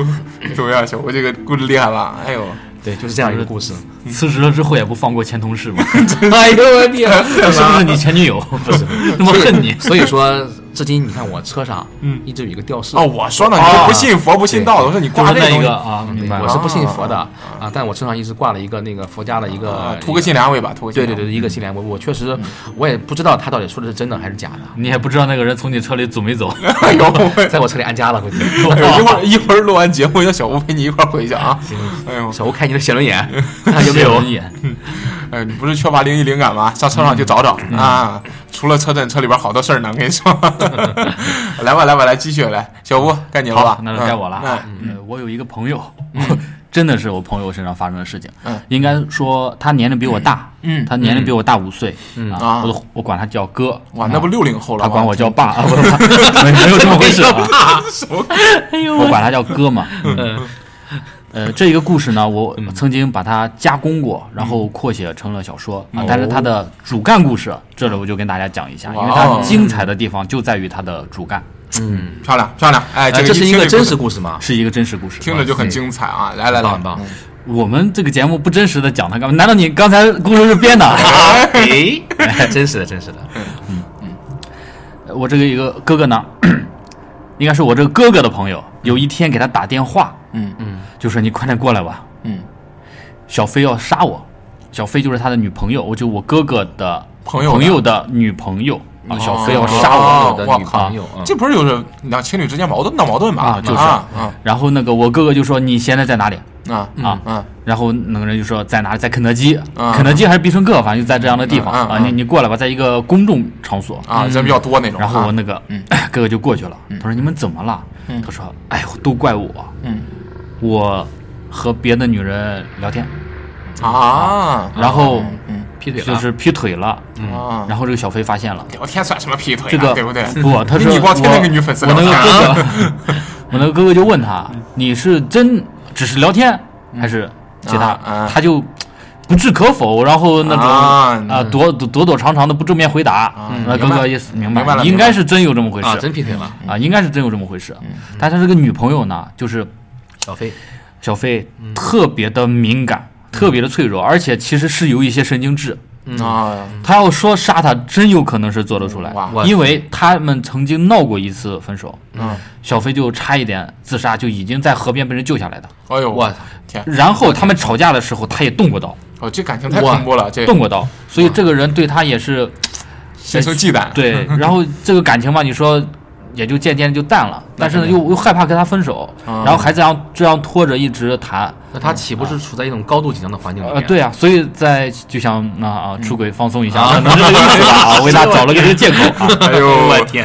S2: 哎呦，怎么样，小吴这个故事厉害吧？哎呦，
S4: 对，就是这样一个故事。
S3: 辞职了之后也不放过前同事嘛，是
S4: 哎呦我天！
S3: 不 是你前女友？不是，那么恨你。
S4: 所以说，至今你看我车上，嗯，一直有一个吊饰。
S2: 哦，我说呢，你就不信佛不信道，
S4: 对
S2: 我说你
S3: 就
S2: 挂
S3: 是
S2: 这
S3: 那一
S2: 东西嗯
S3: 个，啊，明白
S4: 嗯我
S3: 了。
S4: 是不信佛的
S2: 啊
S4: 啊，但我身上一直挂了一个那个佛家的一
S2: 啊
S4: 个，
S2: 图个心良为吧，图个心
S4: 对
S2: 良
S4: 对对，一个心莲，我我确实
S2: 嗯
S4: 我也不知道他到底说的是真的还是假的，
S3: 你也不知道那个人从你车里走没走，
S2: 哎呦 喂，
S4: 在我车里安家了，估计。
S2: 哎呦一会儿一会儿录完节目，让小吴陪你一块儿回去 啊。哎呦，
S4: 小吴开你的写 轮眼，看看有没有？
S3: 眼？
S2: 哎，你不是缺乏灵异灵感吗？上车上去找找
S3: 嗯
S2: 啊！除了车震，车里边好多事儿呢，我跟你 说。来吧，来吧，来继续来，小吴该你了吧嗯
S3: 好，？那就该我了啊。呃我有一个朋友， 真的是我朋友身上发生的事情
S2: 嗯。
S3: 应该说他年龄比我大，
S2: 嗯
S3: 他年龄比我大五岁
S2: 啊
S3: 啊，我都我管他叫哥。
S2: 嗯。哇，那不六零后了
S3: 他
S2: 吗？
S3: 管我叫爸，啊不 是 不是没没有这么回事啊！我管他叫哥嘛。嗯，呃，这一个故事呢，我
S2: 嗯
S3: 曾经把它加工过，然后扩写成了小说
S2: 嗯
S3: 啊。但是它的主干故事，这里我就跟大家讲一下，因为它精彩的地方就在于它的主干，
S2: 嗯， 漂亮漂亮，哎，
S4: 这是一个真实
S2: 故
S4: 故事 吗？
S3: 是一个真实故事。
S2: 听着就很精彩啊！来来来，
S4: 棒棒
S2: 嗯
S3: 我们这个节目不真实的讲它干嘛？难道你刚才故事是 编的？
S4: 哎，真实的，真实
S2: 哎
S4: 的，
S3: 呃我这个一个哥哥呢， 应该是我这个哥哥的朋友，有一天给他打电话，
S2: 嗯
S3: 嗯，就说你快点过来吧，
S2: 嗯，
S3: 小飞要杀我，小飞就是他的女朋友，我就我哥哥的
S2: 朋友的
S3: 的女朋友啊，小飞要杀我。
S4: 杀我
S2: 哦
S4: 的
S2: 我
S4: 女
S2: 靠
S4: 朋友啊，
S2: 这不是就是两情侣之间矛盾闹矛盾吧？
S3: 嗯啊就是
S2: 啊
S3: 然后那个我哥哥就说你现在在哪里？
S2: 啊
S3: 啊
S2: 嗯
S3: 然后那个人就说在哪里，在肯德基，
S2: 啊
S3: 肯德基还是必胜客，反正就在这样的地方、
S2: 嗯嗯
S3: 啊。
S2: 嗯
S3: 你你过来吧，在一个公众场所。
S2: 啊，人比较多那种。
S3: 嗯然后我
S2: 啊
S3: 那个、 哥哥就过去了，他说你们怎么了？他说哎呦，都怪我，
S2: 嗯
S3: 我和别的女人聊天，
S2: 啊，
S3: 然后
S2: 嗯
S4: 劈腿
S3: 就
S4: 了，嗯
S3: 是劈腿了，
S2: 啊，
S3: 然后这个小飞发现了，
S2: 聊天算什么劈腿
S3: 这
S2: 啊？
S3: 个
S2: 对不对？
S3: 不，他说
S2: 你光
S3: 我
S2: 听那个女粉丝
S3: 我
S2: 聊天
S3: 那个
S2: 啊，
S3: 哥哥， 我那个哥哥就问他，
S4: 嗯
S3: 你是真只是聊天还是其
S2: 嗯啊
S3: 他
S2: 啊？
S3: 他就不置可否，然后那种
S2: 啊
S3: 啊躲躲躲躲藏藏的不正面回答
S2: 嗯，
S3: 那哥
S2: 明白
S3: 哥也是明
S2: 明白了
S3: 应该是真有这么回
S4: 啊，
S3: 事
S4: 真劈腿 了，
S3: 啊，应该是真有这么回事。
S2: 嗯
S3: 但他这个女朋友呢，就是
S4: 小飞，
S3: 小飞
S2: 嗯
S3: 特别的敏感，特别的脆弱，而且其实是有一些神经质。
S2: 啊，
S3: 他要说杀他，真有可能是做得出来
S2: 哇，
S4: 哇塞
S3: 因为他们曾经闹过一次分手，
S2: 嗯，
S3: 小飞就差一点自杀，就已经在河边被人救下来的。
S2: 哎呦
S4: 我
S2: 我天，
S3: 然后他们吵架的时候，他也动过刀，
S2: 哦，这感情太恐怖了，这
S3: 动过刀，所以这个人对他也是
S2: 心生忌惮。
S3: 对。然后这个感情嘛，你说也就渐渐就淡了，但是呢，又又害怕跟他分手，
S2: 嗯
S3: 然后还这样这样拖着一直谈，
S4: 那他岂不是处在一种高度紧张的环境里
S3: 呃，
S4: 面？
S3: 对啊，所以在就想那啊出轨放松一下，可能是这个意思吧，啊为他找了个这个借口啊。
S2: 哎呦，我
S4: 天，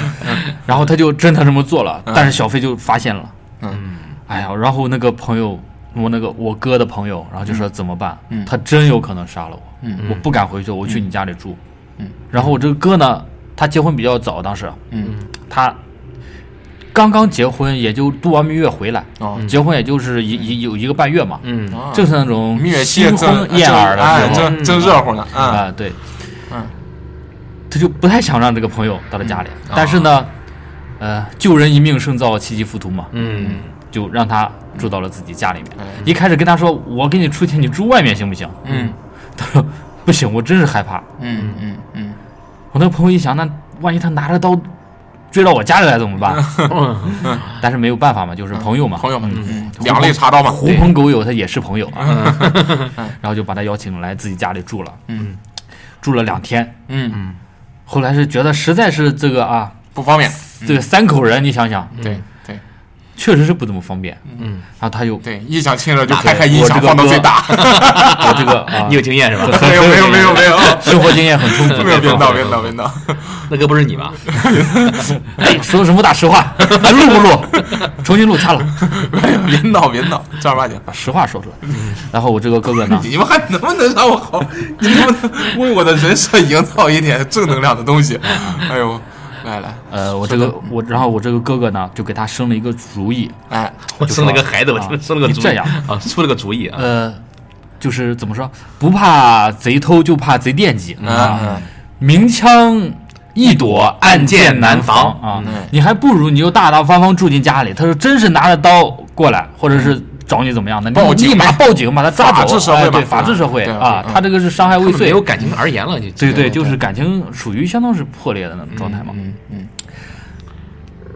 S3: 然后他就真的这么做了，但是小飞就发现了，
S2: 嗯，
S3: 哎呀，然后那个朋友，我那个我哥的朋友，然后就
S2: 嗯
S3: 说怎么办？他真有可能杀了我，我不敢回去，我去你家里住。
S2: 嗯，
S3: 然后我这个哥呢，他结婚比较早，当时，
S2: 嗯，
S3: 他刚刚结婚，也就度完蜜月回来，
S2: 哦
S3: 结婚也就是一一有一个半月嘛，
S4: 嗯，
S2: 啊
S3: 正是那种
S2: 蜜月期
S3: 新
S2: 正
S3: 婚燕尔的时
S2: 哎
S3: 候，
S2: 正正热乎呢，嗯
S3: 啊，对，
S2: 嗯，
S3: 他就不太想让这个朋友到他家里，但是呢，呃，救人一命胜造七级浮屠嘛，
S4: 嗯，
S3: 就让他住到了自己家里面
S2: 哎。
S3: 一开始跟他说，我给你出钱，你住外面行不行？
S2: 嗯
S3: 他说不行，我真是害怕。
S2: 嗯嗯嗯，
S3: 我那朋友一想，那万一他拿着刀追到我家里来怎么办？但是没有办法嘛，就是朋友嘛，
S2: 朋友们，
S3: 嗯
S2: 嗯两肋插刀嘛，
S3: 狐朋狗友他也是朋友嘛， 然后就把他邀请来自己家里住了，
S2: 嗯，
S3: 住了两天。
S2: 嗯，
S3: 后来是觉得实在是这个啊，
S2: 不方便，
S3: 这个三口人，你想想，
S2: 嗯对对
S3: 确实是不怎么方便。
S4: 嗯，
S3: 然后他就
S2: 对，音响亲热就开开
S3: 对
S2: 音
S3: 我
S2: 响
S3: 这个
S2: 放到
S3: 歌
S2: 最 大，
S3: 我这个啊
S4: 你有经验是吧？
S2: 没有没有没有没有，
S3: 生活经验很 充
S2: 没有别
S3: 足，
S2: 闹别闹别闹，
S4: 那哥不是你吧？
S3: 哎，说什么大实话，还录不录？重新录掐了，
S2: 别闹别闹，正儿八经。
S3: 把实话说出来。
S2: 嗯
S3: 然后我这个哥哥呢，
S2: 你们还能不能让我好？你能不能 为我的人设营造一点正能量的东西？哎呦，来来，
S3: 呃，我这个我，然后我这个哥哥呢，就给他生了一个主意，
S2: 哎，
S4: 我生了个孩子，我听生了个主
S3: 你
S4: 意，
S3: 这样
S4: 啊，出了个主意啊，
S3: 呃，就是怎么说，不怕贼偷，就怕贼惦记啊
S2: 嗯，
S3: 明枪。易躲，暗箭难防
S2: 嗯
S3: 啊！你还不如你就大大方方住进家里。他说，真是拿着刀过来，或者是找你怎么样的，你
S2: 报警啊
S3: 立马报警把他抓走。
S2: 法治社会
S3: 哎
S2: 嘛
S3: 对法治社会
S2: 对
S3: 啊
S2: 嗯，嗯
S3: 他这个是伤害未
S4: 没
S3: 遂，
S4: 有感情而言了，就
S3: 对对，就是感情属于相当是破裂的那种状态嘛。
S2: 嗯嗯，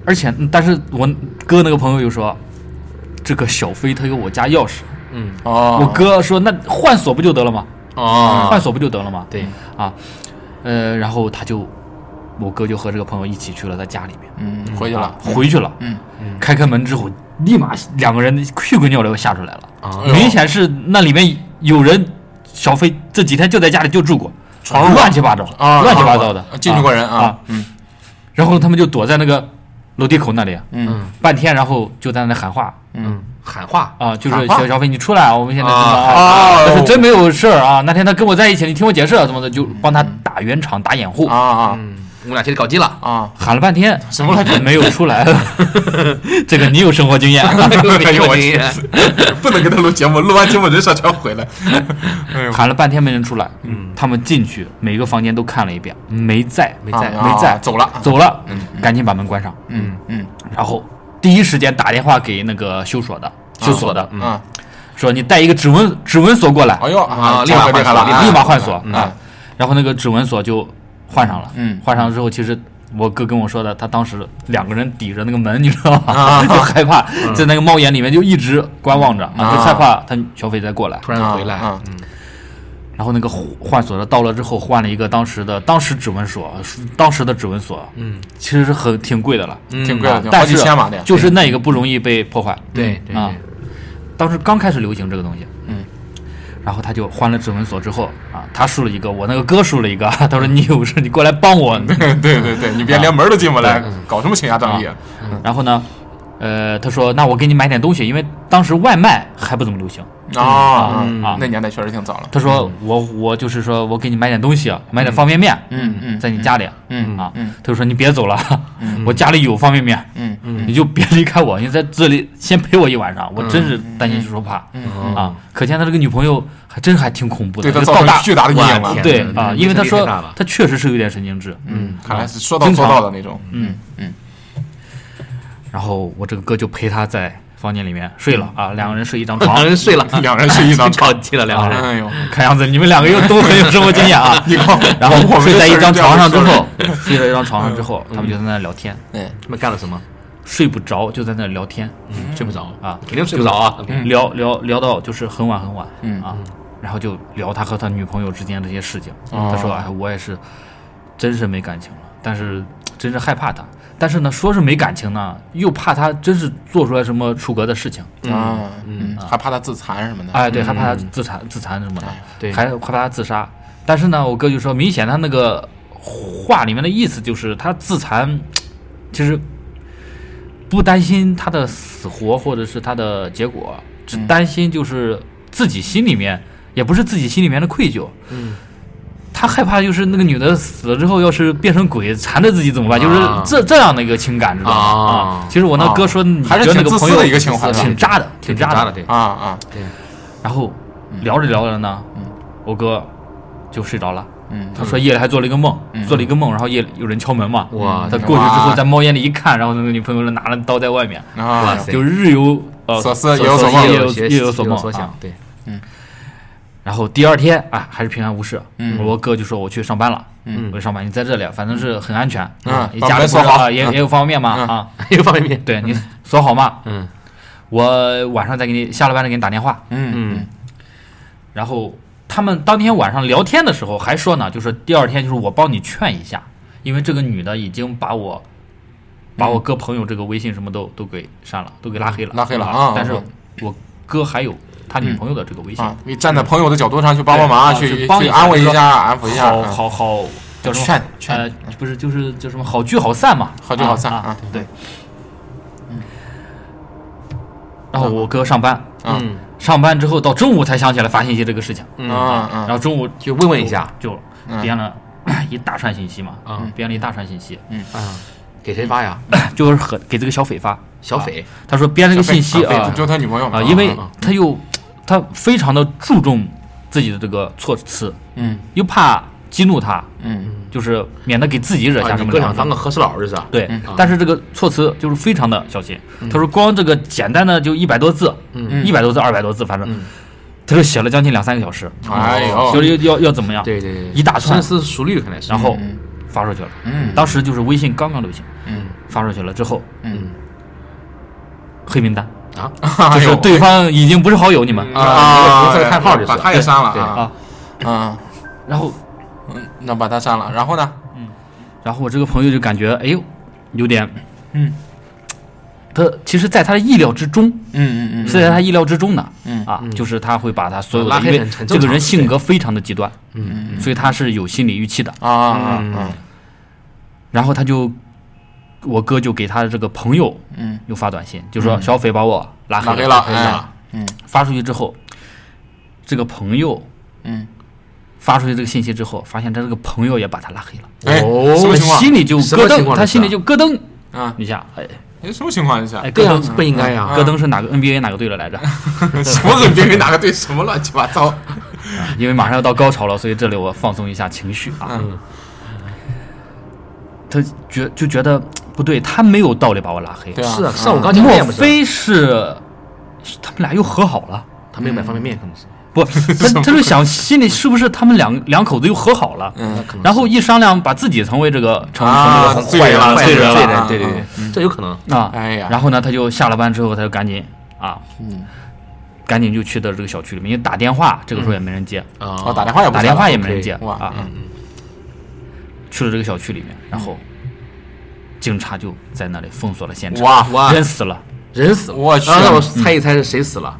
S3: 而且，嗯但是我哥那个朋友又说，这个小飞他有我家钥匙。
S4: 嗯
S2: 哦，
S3: 我哥说，那换锁不就得了吗？
S4: 哦
S3: 换，锁不就得了吗？
S4: 对，
S3: 啊，呃，然后他就，我哥就和这个朋友一起去了他家里面，
S2: 嗯回去
S3: 啊
S2: 了，
S3: 回去了。
S2: 嗯，
S3: 开开门之后，立马两个人屁滚尿流吓出来了，
S4: 啊
S2: 哎呦
S3: 明显是那里面有人，小飞这几天就在家里就住过，
S2: 闯入
S3: 乱七八糟，
S2: 啊，
S3: 乱七八糟的，
S2: 进去过人
S3: 啊
S2: 啊，嗯
S3: 然后他们就躲在那个楼梯口那里啊
S2: 嗯
S3: 半天，然后就在那喊话
S2: 嗯，
S4: 喊话，
S3: 啊，就是
S2: 喊话
S3: 小小飞你出来，我们现在怎么
S4: 啊
S2: 啊
S3: 但是真没有事儿啊。那天他跟我在一起，你听我解释啊，怎么的，就帮他打圆场、打掩护
S2: 啊啊，
S4: 嗯，我俩去搞基了。
S2: 啊，
S3: 喊了半天
S2: 什么来着？
S3: 没有出来， 这个你有生活经验， 啊
S2: 哎呦我
S4: 经验，
S2: 不能跟他录节目，录完节目人少全回来。哎呦，
S3: 喊了半天没人出来，嗯，他们进去每个房间都看了一遍，没在，
S4: 没在
S2: 啊
S3: 没在
S2: 走了。
S3: 走了，赶紧把门关上，
S2: 嗯嗯
S3: 然后第一时间打电话给那个修锁的，修锁的，
S4: 嗯
S2: 啊，
S3: 说你带一个指纹指纹锁过来，
S2: 哎呦
S4: 啊立马
S2: 换
S4: 换
S2: 了
S4: 锁
S2: 啊，
S3: 立马换锁
S2: 嗯
S3: 啊，然后那个指纹锁就换上了，
S2: 嗯
S3: 换上之后其实。我哥跟我说的，他当时两个人抵着那个门，你知道吗？
S2: 啊
S3: 就害怕，在那个猫眼里面就一直观望着，
S2: 啊
S3: 啊，就害怕他小匪再过来。
S4: 突然回来，
S2: 啊
S4: 嗯，
S3: 然后那个换锁的到了之后，换了一个当时的当时指纹锁，当时的指纹锁，
S4: 嗯，
S3: 其实是很挺贵的了，
S2: 挺贵的，嗯挺好
S3: 但
S2: 几
S3: 是
S2: 千嘛的。
S3: 就是那一个不容易被破坏。
S4: 对对
S3: 啊
S4: 对，
S3: 当时刚开始流行这个东西，
S2: 嗯，
S3: 然后他就换了指纹锁之后啊，他输了一个，我那个哥输了一个， 他说你有事你过来帮我，
S2: 对对对，你别连门都进不来，搞什么倾家荡
S3: 啊
S2: 业？
S3: 然后呢，呃，他说那我给你买点东西，因为当时外卖还不怎么流行，
S2: 啊
S3: 嗯啊
S2: 那年代确实挺早了。
S3: 他说我我就是说我给你买点东西，啊买点方便面，
S2: 嗯嗯
S3: 在你家里，
S2: 嗯
S3: 啊
S2: 嗯，
S3: 他就说你别走了， 我家里有方便面，
S2: 嗯
S3: 你就别离开我，你在这里先陪我一晚上，我真是
S2: 嗯
S3: 担惊受怕啊！可见他这个女朋友还真还挺恐怖的，
S2: 对他
S3: 就
S2: 造
S3: 到
S2: 成
S3: 大
S2: 巨大的阴影
S4: 哇
S2: 了
S4: 天。
S3: 对
S4: 嗯
S3: 啊，
S4: 嗯
S3: 因为他
S4: 这
S3: 说
S4: 个太大了
S3: 他确实是有点神经质，
S2: 嗯，看来是说到
S3: 经
S2: 做
S3: 常
S2: 到的那种。
S3: 嗯
S2: 嗯
S3: 然后我这个哥就陪他在房间里面睡了啊，两个人睡一张床啊
S4: 两，人睡了，
S2: 嗯 两人睡一张
S4: 搞
S2: 床。
S4: 基了，两个人。
S2: 哎呦，
S3: 看样子你们两个又都很有生活经验啊。
S2: 你看，
S3: 然后
S2: 我们
S3: 睡
S2: 这
S3: 在一
S2: 事儿
S3: 张
S2: 这样
S3: 床上之
S2: 说
S3: 后
S2: 的，，
S3: 睡在一张床上之后，
S2: 嗯
S3: 他们就在那聊天，
S2: 哎，
S4: 他们干了什么？嗯
S3: 睡不着就在那聊天，
S4: 睡不着
S3: 啊
S4: 肯定睡不着啊。
S3: 聊聊聊到就是很晚很晚，
S2: 嗯
S3: 啊，然后就聊他和他女朋友之间这些事情。
S2: 哦
S3: 他说：“哎，我也是，真是没感情了，但是真是害怕他。但是呢，说是没感情呢，又怕他真是做出来什么出格的事情。
S2: 啊，嗯，还怕他自残什么的。嗯哎
S3: 哎，对，害怕他自残、自残什么的，
S4: 对
S3: 还害怕他自杀。但是呢，我哥就说，明显他那个话里面的意思就是他自残，其实不担心他的死活或者是他的结果，只
S2: 嗯
S3: 担心就是自己心里面，也不是自己心里面的愧疚。嗯。他害怕就是那个女的死了之后，要是变成鬼缠着自己怎么办？就是
S4: 啊
S3: 这这样的一个情感，知道吗？
S4: 啊
S3: 其实我那哥说，你
S2: 还是
S3: 觉得那
S2: 挺
S3: 个
S2: 自
S3: 朋
S2: 私的
S3: 友
S2: 一个情怀
S3: 挺渣的，
S4: 挺
S3: 渣
S4: 渣的，对，
S2: 啊啊，
S3: 然后聊着聊着呢，我哥就睡着了。
S2: 嗯
S3: 他说夜里还做了一个梦，做了一个梦，然后夜里有人敲门嘛。嗯
S4: 哇
S3: 他过去之
S2: 哇
S3: 后，在猫眼里一看，然后那个女朋友就拿了刀在外面，
S2: 啊
S4: 哇塞对
S3: 就日有呃
S2: 所思夜有所梦
S3: 夜
S4: 有
S3: 有
S4: 些
S3: 夜有所梦
S4: 所想
S3: 啊。，
S4: 对，
S3: 然后第二天啊，还是平安无事。
S2: 嗯
S3: 我哥就说我去上班了，
S2: 嗯
S3: 我去上班，你在这里，啊反正是很安全
S2: 嗯
S3: 啊，你
S2: 把
S3: 家里
S2: 门
S3: 不
S2: 锁
S3: 是
S2: 好
S3: 啊也
S2: 嗯
S3: 也有方便嘛
S2: 嗯
S3: 啊，
S4: 一个方便 面，
S3: 对你锁好嘛，
S4: 嗯
S3: 我晚上再给你下了班再给你打电话。
S2: 嗯
S4: 嗯
S3: 然后他们当天晚上聊天的时候还说呢，就是第二天就是我帮你劝一下，因为这个女的已经把我把我哥朋友这个微信什么都都给删了，都给拉黑了，
S2: 嗯拉黑了啊
S3: 啊！但是
S2: 啊
S3: 我哥还有他女朋友的这个微信，
S2: 啊，你站在朋友的角度上去帮帮忙，
S3: 对啊
S2: 去
S3: 去帮
S2: 去
S3: 一下
S2: 安慰一下，安抚一下
S3: 好，
S2: 嗯
S3: 好好叫什么？
S2: 劝劝
S3: 呃，不是就是叫什么好聚好散嘛，
S2: 好聚好散
S3: 啊
S2: 啊
S3: 啊，对。然后我哥上班，
S2: 啊
S4: 嗯
S3: 上班之后到中午才想起来发信息这个事情，
S2: 嗯啊
S3: 然后中午
S4: 就问问一下
S3: 就
S2: 嗯
S3: 编了 一大串信息嘛，嗯
S4: 啊
S3: 编了一大串信息，
S4: 啊，给谁发呀？
S3: 就是很给这个小匪发。
S4: 小匪
S3: 他说编了
S2: 这
S3: 个信息
S2: 就
S3: 啊
S2: 呃就他女朋友嘛
S3: 啊，因为
S4: 啊
S3: 他又他非常的注重自己的这个措辞，
S2: 嗯
S3: 又怕激怒他，
S2: 嗯
S3: 就是免得给自己惹
S4: 啊，
S3: 下什
S4: 你
S3: 么
S4: 哥
S3: 麻
S4: 想
S3: 烦
S4: 当。个和事佬就是吧？啊
S3: 对
S2: 嗯，
S3: 但是这个措辞就是非常的小心。他说光这个简单的就一百多字，
S4: 嗯
S3: 一百多字、二百多字，反正
S4: 嗯
S3: 他就写了将近两三个小时，
S2: 哎呦
S3: 嗯哦就是要要要怎么样？
S4: 对对对，
S3: 一大串
S4: 深思熟虑，看来是。
S3: 然后发出去了。
S2: 嗯
S3: 当时就是微信刚刚流行，
S2: 嗯
S3: 发出去了之后，
S2: 嗯，
S3: 黑名单，
S4: 啊
S3: 嗯就
S2: 哎
S3: 是
S2: 呦
S3: 对方已经不是好友，你们。
S2: 啊，
S4: 这个叹号就是
S2: 把他也删了
S4: 对
S2: 啊啊，
S3: 然后，
S2: 嗯，那把他删了，然后呢？
S3: 然后我这个朋友就感觉，哎呦，有点，
S2: 嗯，
S3: 他其实，在他的意料之中，
S2: 嗯嗯嗯
S3: 是在他意料之中的，
S2: 嗯
S3: 啊，就是他会把他所有
S4: 拉
S3: 的，
S4: 黑
S3: 因为
S4: 很很
S3: 这
S4: 正
S3: 个
S4: 常
S3: 人性格非常的极端，
S4: 嗯
S3: 所以他是有心理预期的。
S2: 啊啊
S3: 嗯
S2: 啊
S3: 然后他就，我哥就给他的这个朋友
S2: 嗯，
S3: 又发短信，就说小斐把我拉
S2: 拉
S3: 黑
S2: 黑
S3: 了，
S4: 啊
S2: 了，哎，嗯
S3: 发出去之后，这个朋友
S2: 嗯
S3: 发出去这个信息之后，发现他这个朋友也把他拉黑了，
S2: 哎，
S4: 哦
S2: 什么情况？
S3: 心里就
S4: 什么
S3: 咯
S4: 情
S3: 噔，
S4: 况
S3: 他心里就咯噔
S2: 啊，
S3: 一下，哎
S2: 哎，什么情况？这是
S3: 哎，咯
S4: 对呀
S3: 噔，
S4: 不应该呀、啊
S3: 咯噔是哪个 NBA 哪个队的来着？
S2: 什么跟别人哪个队什么乱七八糟？
S3: 哦因为马上要到高潮了，所以这里我放松一下情绪啊。
S2: 嗯
S3: 他觉就觉得不对，他没有道理把我拉黑。
S2: 对啊，
S4: 是啊，上午刚见面
S3: 莫
S4: 不是？
S3: 非是他们俩又和好了？
S4: 他没有买方便面，可能是。
S3: 不，他他就想心里是不是他们两两口子又和好了？
S2: 嗯
S4: 那可能是
S3: 然后一商量，把自己成为这个成
S2: 啊
S3: 成这
S2: 罪
S3: 个坏人
S2: 人了
S3: 罪人
S2: 罪
S3: 了
S2: 人
S3: 啊
S4: 对对对，嗯这有可能。
S3: 啊！
S2: 哎呀嗯
S3: 然后呢，他就下了班之后，他就赶紧啊，赶紧就去到这个小区里面，因为打电话这个时候也没人接，
S2: 哦，
S4: 啊
S2: 打电话也不
S3: 打
S2: 行
S3: 电话也
S2: 了
S3: 没人接
S2: OK，哇
S3: 啊，
S4: 嗯
S3: 去了这个小区里面，然后警察就在那里封锁了现场，
S2: 哇
S4: 哇
S3: 人死了，
S4: 人死了，
S2: 我去
S4: 啊那我猜一猜是谁死了？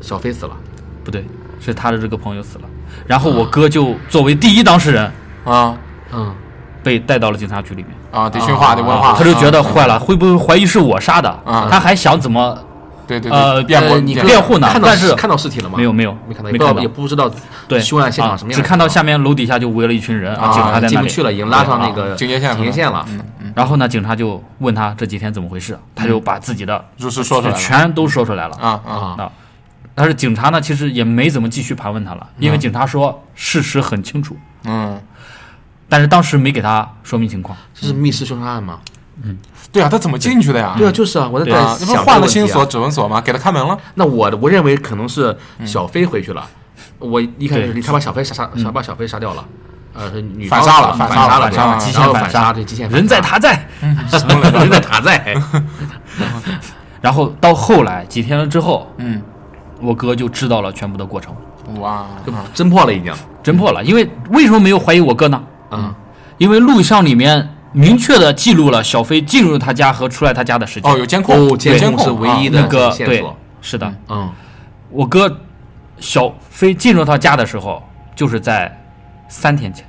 S4: 小飞死了，
S3: 不对，是他的这个朋友死了，然后我哥就作为第一当事人
S2: 啊
S4: 嗯，
S3: 被带到了警察局里面，
S2: 啊，得训话，得问话，
S3: 哦
S2: 啊
S3: 他就觉
S4: 啊
S3: 得坏了，会不会怀疑是我杀的？
S2: 嗯
S3: 他还想怎
S4: 啊
S3: 么
S2: 对对
S3: 呃
S2: 对，辩
S4: 呃
S2: 驳
S4: 你
S2: 辩
S3: 辩
S2: 驳
S3: 护呢
S4: 看到
S3: 但是
S4: 看到尸体了吗？
S3: 没有没有
S4: 没看到，
S3: 没
S4: 也不知道
S3: 看到
S4: 也不知道
S3: 对
S4: 凶案现场
S3: 啊
S4: 什么样，
S3: 只看到下面楼底下就围了一群人
S2: 啊
S3: 警察在
S4: 进
S3: 那
S4: 不
S3: 里嗯
S4: 去了，已经拉上那
S2: 对
S4: 个
S2: 啊警戒线了
S4: 警戒线了。
S3: 然后呢，警察就问他这几天怎么回事，
S4: 嗯
S3: 他就把自己的
S2: 如实说出来了
S3: 全都说出来了
S2: 啊啊，
S4: 啊
S3: 啊。但是警察呢，其实也没怎么继续盘问他了，因为
S4: 嗯
S3: 警察说事实很清楚，
S2: 嗯，
S3: 但是当时没给他说明情况。
S4: 这是密室凶杀案吗？
S3: 嗯
S2: 对啊，他怎么进去的呀？
S4: 对啊，就是啊，我在
S2: 啊，
S4: 想
S2: 那
S4: 这
S2: 不
S4: 个
S2: 是换了
S4: 问题啊
S2: 新锁、。指纹锁吗？给他开门了，
S4: 那我我认为可能是
S3: 嗯
S4: 小飞回去了，我一开始他把小飞杀杀，想把小飞杀掉了。呃，是女
S2: 反
S4: 方
S2: 杀了
S4: 死
S2: 反
S4: 反
S2: 杀了
S4: 了，
S2: 反杀了
S4: 对吧
S2: 极
S3: 限
S4: 啊然后
S3: 反
S4: 反
S3: 杀
S4: 对极限反
S3: 人在
S4: 杀嗯
S3: 塔在，
S4: 人在塔在，
S3: 然后到后来几天了之后，
S2: 嗯，
S3: 我哥就知道了全部的过程，
S2: 哇，
S4: 就侦破了已经。
S3: 侦破了。因为为什么没有怀疑我哥呢？
S4: 嗯，
S3: 因为录像里面明确的记录了小飞进入他家和出来他家的时间。
S2: 哦，有监控，
S4: 哦，
S2: 有
S4: 监
S2: 监控
S4: 是唯一
S2: 啊
S4: 的
S3: 那个
S4: 线
S3: 对
S4: 索。，
S3: 是的，
S4: 嗯，
S3: 我哥小飞进入他家的时候，就是在三天前。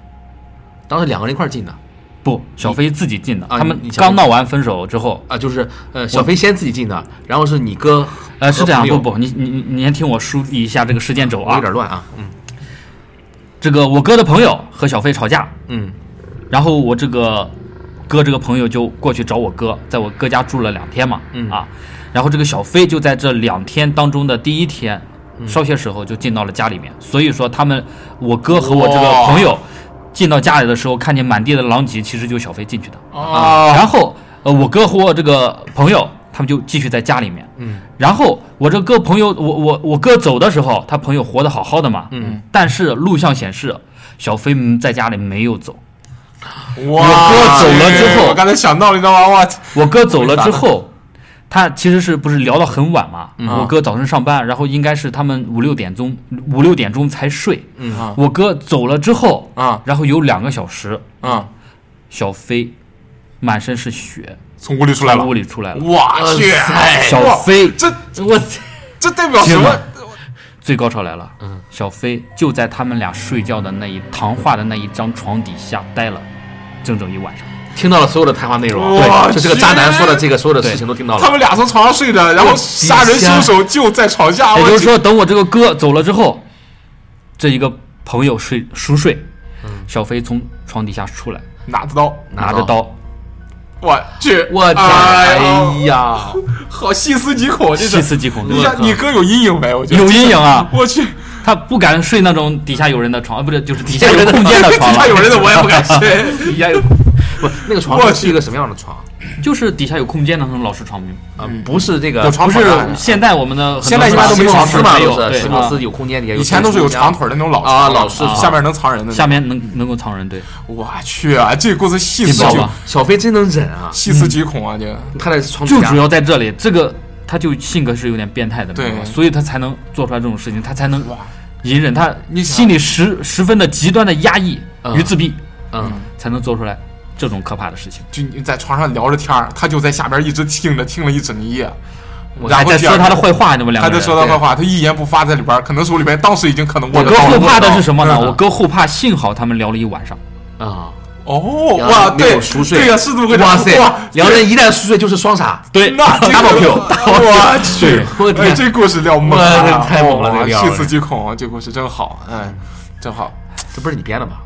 S4: 当时两个人一块儿进的
S3: 不，小飞自己进的。
S4: 啊
S3: 他们
S4: 你你小飞
S3: 刚闹完分手之后，
S4: 啊，就是呃，小飞先自己进的，然后是你哥，
S3: 呃，是这样，
S4: 和朋友
S3: 不不，你你你你先听我梳理一下这个时间轴
S4: 我有
S3: 啊。
S4: 点乱啊，嗯
S3: 这个我哥的朋友和小飞吵架，
S4: 嗯
S3: 然后我这个哥这个朋友就过去找我哥，在我哥家住了两天嘛，
S4: 嗯
S3: 啊，然后这个小飞就在这两天当中的第一天、稍些时候就进到了家里面，所以说他们我哥和我这个
S2: 哇
S3: 朋友进到家里的时候，看见满地的狼藉，其实就是小飞进去的。
S2: 哦，
S3: 然后呃，我哥和我这个朋友他们就继续在家里面，
S4: 嗯，
S3: 然后我这个朋友，我我我哥走的时候，他朋友活得好好的嘛，
S4: 嗯，
S3: 但是录像显示小飞嗯在家里没有走，
S2: 哇，
S3: 我哥走了之后
S2: 我刚才想到了，你知道啊吗？我操，
S3: 我哥走了之后。 嗯他其实是不是聊到很晚嘛？我哥早晨上班，然后应该是他们五六点钟五六点钟才睡。
S4: 嗯
S2: 啊
S3: 我哥走了之后，
S2: 啊
S3: 然后有两个小时，
S2: 嗯，
S3: 小飞满身是血，
S2: 从屋里出来了
S3: 从屋，里出来了。
S2: 哇去，
S3: 小飞
S2: 这
S4: 我操，
S2: 这代表什
S3: 天
S2: 么
S3: 哪？最高潮来了，小飞就在他们俩睡觉的那一躺化的那一张床底下待了整整一晚上。
S4: 听到了所有的谈话内容，啊
S2: 哇
S4: 就这个渣男
S2: 天
S4: 说的这个所有的事情都听到
S2: 他
S4: 了，
S2: 们俩从床上睡着，然后杀人凶手就在床下。
S3: 也
S2: 我
S3: 就是
S2: 去
S3: 说，等我这个哥走了之后，这一个朋友睡熟睡，小飞从床底下出来，
S2: 嗯拿着刀，
S3: 拿着刀，
S2: 我去，
S4: 我天，
S2: 哎
S4: 哎
S2: 呦，
S4: 呀，
S2: 好细思极恐，这
S3: 细
S2: 是。
S3: 思极恐。
S2: 你呀你哥有阴影没？我觉得
S3: 有阴影啊，
S2: 我去，
S3: 他不敢睡那种底下有人的床，啊，不对，就是底下
S4: 有
S3: 有
S4: 人的
S3: 空间的床 啊哎
S2: 底下有人的我也不敢睡。
S4: 底下有哎不那个
S2: 我
S4: 床
S2: 去
S4: 是一个什么样的床
S3: 就是底下有空间的那种老式床
S4: 啊？不是这个
S2: 有床
S3: 不是
S2: 床板啊
S3: 现代我们的很多
S2: 现在一般都没
S3: 老
S2: 床
S3: 式
S2: 铺
S4: 嘛，
S3: 没有
S4: 都是
S3: 对
S4: 石
S3: 啊
S4: 螺丝有空间底下，
S2: 以前都是有长腿的那种老
S4: 啊
S2: 床
S4: 老式
S2: 下面能藏人的。
S3: 下，面能能够藏人，对，
S2: 我去啊，这故事细思
S3: 劲爆
S2: 极
S3: 吧
S4: 小飞真能忍啊！
S2: 细思极恐啊，这个
S4: 他在床底
S3: 就
S4: 下
S3: 主要在这里，这个他就性格是有点变态的，
S2: 对
S3: 明白吗所以他才能做出来这种事情，他才能
S2: 哇
S3: 隐忍，他
S2: 你想
S3: 心里十十分的极端的压抑
S4: 嗯
S3: 与自闭，
S4: 嗯，
S3: 才能做出来这种可怕的事情。
S2: 就你在床上聊着天儿，他就在下边一直听着，听了一整夜，然
S3: 还
S2: 后
S3: 在
S2: 第二
S3: 说他的
S2: 天
S3: 坏话，你们两
S2: 还在
S3: 个人。
S2: 说他坏话，他一言不发在里边儿，可能手里边当时已经可能握
S3: 我
S2: 着
S3: 哥
S2: 刀了。
S3: 后怕的是什么呢？
S2: 嗯
S3: 我哥后怕，幸好他们聊了一晚上，
S4: 啊，
S2: 哦，
S4: 两
S2: 哇，
S4: 人没有
S2: 对，
S4: 熟睡
S2: 对呀，是这么回事。
S4: 哇塞
S2: 哇，
S4: 两人一旦熟睡就是双杀，
S3: 对
S2: 那这个
S4: Double kill，
S2: 我去，
S4: 我
S2: 哎，
S4: 天，
S2: 这故事料猛了，
S4: 哇太猛了
S2: 哇
S4: 这个料
S2: 细思极恐啊！这故事真好，哎，真好。
S4: 这不是你编的吧？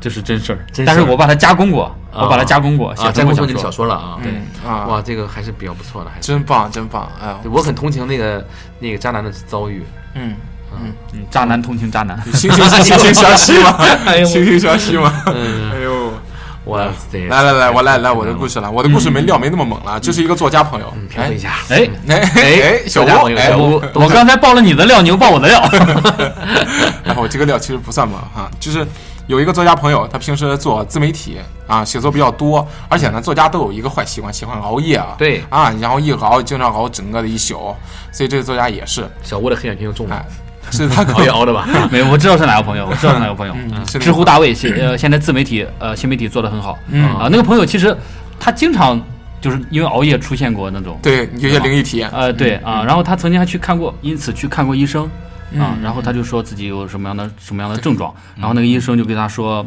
S3: 这是真事儿
S4: 真，
S3: 但是
S4: 事儿
S3: 我把它加工过，我把它加工过，
S4: 啊，
S3: 写
S4: 加
S3: 成过
S4: 工说
S3: 小
S4: 你的小
S3: 说。
S4: 说了啊，
S2: 嗯啊，
S4: 哇，这个还是比较不错的，还是
S2: 真棒真棒，哎呦，
S4: 对我很同情那个那个渣男的遭遇，
S2: 嗯，
S3: 嗯渣男同情渣男，
S2: 惺 惺惺惺相惜嘛，
S3: 哎呦
S2: 惺惺相惜嘛，
S4: 嗯
S2: 哎呦。
S4: 哇塞，
S2: 来来来，我来来我的故事了，我的故事没料没那么猛
S4: 嗯
S2: 了，这是一个作家朋友，
S4: 评论一下，
S3: 哎，
S2: 哎哎哎，小
S4: 作家
S2: 吴
S4: 朋友
S2: 哎
S4: 小
S2: 我
S4: 吴
S3: 我我刚才爆了你的料，你又爆我的料，
S2: 然后哎我这个料其实不算猛哈，就是有一个作家朋友，他平时做自媒体啊，写作比较多，而且呢，作家都有一个坏习惯，喜欢熬夜啊。
S4: 对
S2: 啊，然后一熬经常熬整个的一宿，所以这个作家也是，
S4: 小吴的黑眼圈又中
S2: 哎
S4: 了，，
S2: 是他搞
S4: 熬夜熬的吧？
S3: 没有，我知道是哪个朋友，我知道是哪个朋友，
S2: 嗯是那个
S3: 知乎大卫现呃现在自媒体呃新媒体做的很好，
S4: 嗯
S3: 啊，那个朋友其实他经常就是因为熬夜出现过那种，
S2: 对有
S4: 哦
S2: 些灵异 体验，
S3: 呃对
S4: 嗯
S3: 啊，然后他曾经还去看过，因此去看过医生啊，然后
S4: 嗯
S3: 他就说自己有什么样的什么样的症状，然后那个医生就跟他说，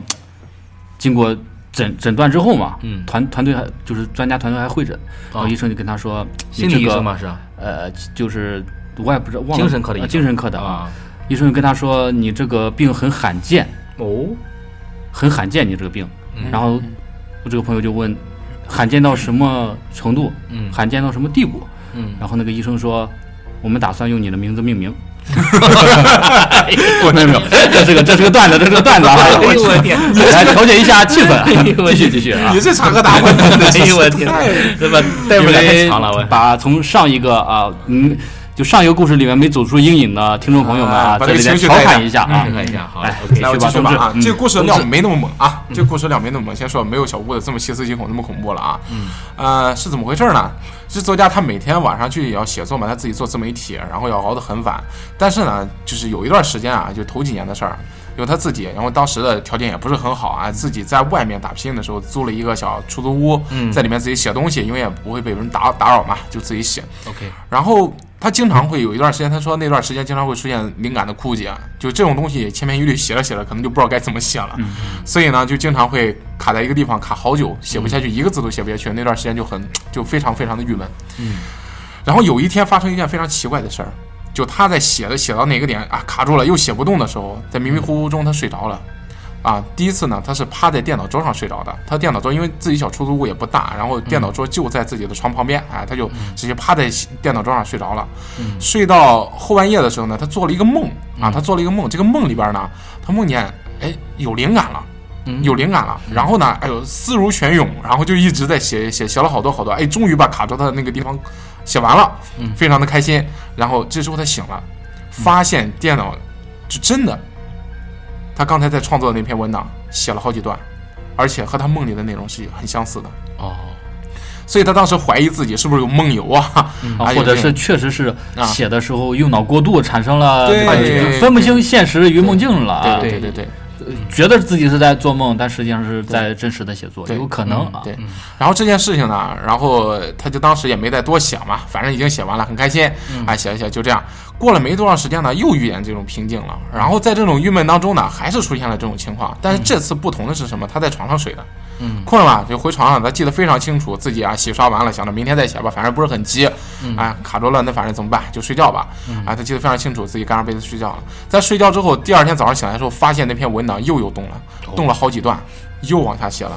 S3: 经过诊诊断之后嘛，
S4: 嗯哦
S3: 团团队还就是专家团队还会诊，然后医生就跟他说，
S4: 心
S3: 你这
S4: 理医
S3: 个
S4: 生嘛是啊
S3: 呃，就是我也不知道，忘了
S4: 精神科的医
S3: 呃
S4: 生
S3: 精神科的啊，
S4: 啊，
S3: 医生就跟他说，你这个病很罕见，
S4: 哦，
S3: 很罕见，你这个病。然后我这个朋友就问，罕见到什么程度？
S4: 嗯
S3: 罕见到什么地步？
S4: 嗯
S3: 然后那个医生说，我们打算用你的名字命名。没有没有，这是个这是个段子，这是个段子啊！
S4: 哎呦我的天
S3: 来调节一下气氛，继续继续啊！
S2: 你这场合打混 蛋的，
S4: 哎呦我的天， 这把带不
S3: 因
S4: 来太
S3: 为
S4: 长了我。
S3: 把从上一个啊，嗯，就上一个故事里面没走出阴影的听众朋友们
S2: 啊
S3: 啊，
S2: 把这
S3: 在里
S2: 个
S3: 面
S2: 情绪
S3: 调
S2: 带
S3: 侃
S2: 一
S3: 一下啊
S4: 看！一下，好
S3: 来
S4: ，OK，
S2: 来，我
S3: 去
S2: 继
S3: 吧
S2: 续
S3: 同
S2: 吧
S3: 志
S2: 啊！
S3: 嗯
S2: 这个故事料没那么猛啊，这个故事料没那么猛。先说没有小屋的这么细思极恐，那么恐怖了啊。嗯，呃，是怎么回事呢？这作家他每天晚上去也要写作嘛，他自己做自媒体，然后要熬得很晚。但是呢，就是有一段时间啊，就头几年的事儿，有他自己，然后当时的条件也不是很好啊，自己在外面打拼的时候租了一个小出租屋，在里面自己写东西，因为也不会被人打打扰嘛，就自己写。
S4: OK，
S2: 然后他经常会有一段时间，他说那段时间经常会出现灵感的枯竭，就这种东西千篇一律写着写着，可能就不知道该怎么写了，所以呢，就经常会卡在一个地方卡好久，写不下去，一个字都写不下去。那段时间就很就非常非常的郁闷。然后有一天发生一件非常奇怪的事儿，就他在写的写到哪个点啊卡住了，又写不动的时候，在迷迷糊糊中他睡着了。啊，第一次呢，他是趴在电脑桌上睡着的。他电脑桌因为自己小出租屋也不大，然后电脑桌就在自己的床旁边，哎，他就直接趴在电脑桌上睡着了。睡到后半夜的时候呢，他做了一个梦啊，他做了一个梦，这个梦里边呢，他梦见哎有灵感了。有灵感了，然后呢，哎呦，思如泉涌，然后就一直在写写写了好多好多，哎，终于把卡住他的那个地方写完了，非常的开心。然后这时候他醒了，发现电脑就真的他刚才在创作的那篇文档写了好几段，而且和他梦里的内容是很相似的，
S4: 哦，
S2: 所以他当时怀疑自己是不是有梦游啊，
S3: 啊，
S2: 啊
S3: 或
S2: 有
S3: 者
S2: 这
S3: 是
S2: 种
S3: 确实是
S2: 啊
S3: 写的时候用脑过度，产生了
S2: 对
S3: 吧
S2: 对
S3: 分不清现实与梦境了啊，
S2: 对对对对
S3: 觉得自己是在做梦，但实际上是在真实的写作，
S2: 对嗯
S3: 有可能啊。
S2: 对。然后这件事情呢，然后他就当时也没再多想嘛，反正已经写完了，很开心，
S3: 嗯
S2: 啊，写一写就这样。过了没多长时间呢，又遇见这种瓶颈了。然后在这种郁闷当中呢，还是出现了这种情况，但是这次不同的是什么？他在床上睡的，
S3: 嗯
S2: 困了嘛，就回床上，他记得非常清楚，自己啊洗刷完了，想着明天再写吧，反正不是很急，
S3: 嗯
S2: 哎，卡住了，那反正怎么办？就睡觉吧。啊，他记得非常清楚，自己盖上被子睡觉了。在睡觉之后，第二天早上醒来的时候，发现那篇文档又有动了，
S3: 哦
S2: 动了好几段，又往下写了。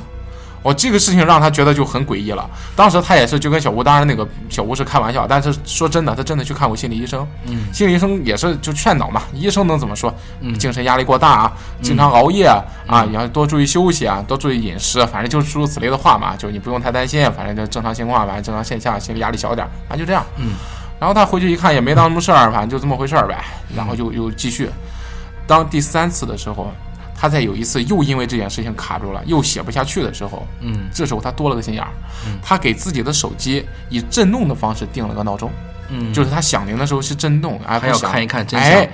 S2: 哦，这个事情让他觉得就很诡异了。当时他也是就跟小吴，当然那个小吴是开玩笑，但是说真的，他真的去看过心理医生。嗯，心理医生也是就劝导嘛，医生能怎么说？精神压力过大啊，经常熬夜啊，啊，也要多注意休息啊，多注意饮食，反正就是诸如此类的话嘛，就你不用太担心，反正就正常情况，反正正常现象，心理压力小点儿，反正就这样。嗯，然后他回去一看也没当什么事儿，反正就这么回事儿呗，然后就又继续。当第三次的时候，他在有一次又因为这件事情卡住了，又写不下去的时候，
S4: 嗯，
S2: 这时候他多了个心眼儿，他给自己的手机以震动的方式定了个闹钟，
S4: 嗯
S2: 就是他响铃的时候是震动，哎，
S4: 还要
S2: 不响
S4: 看一看真相嗯
S2: 哎，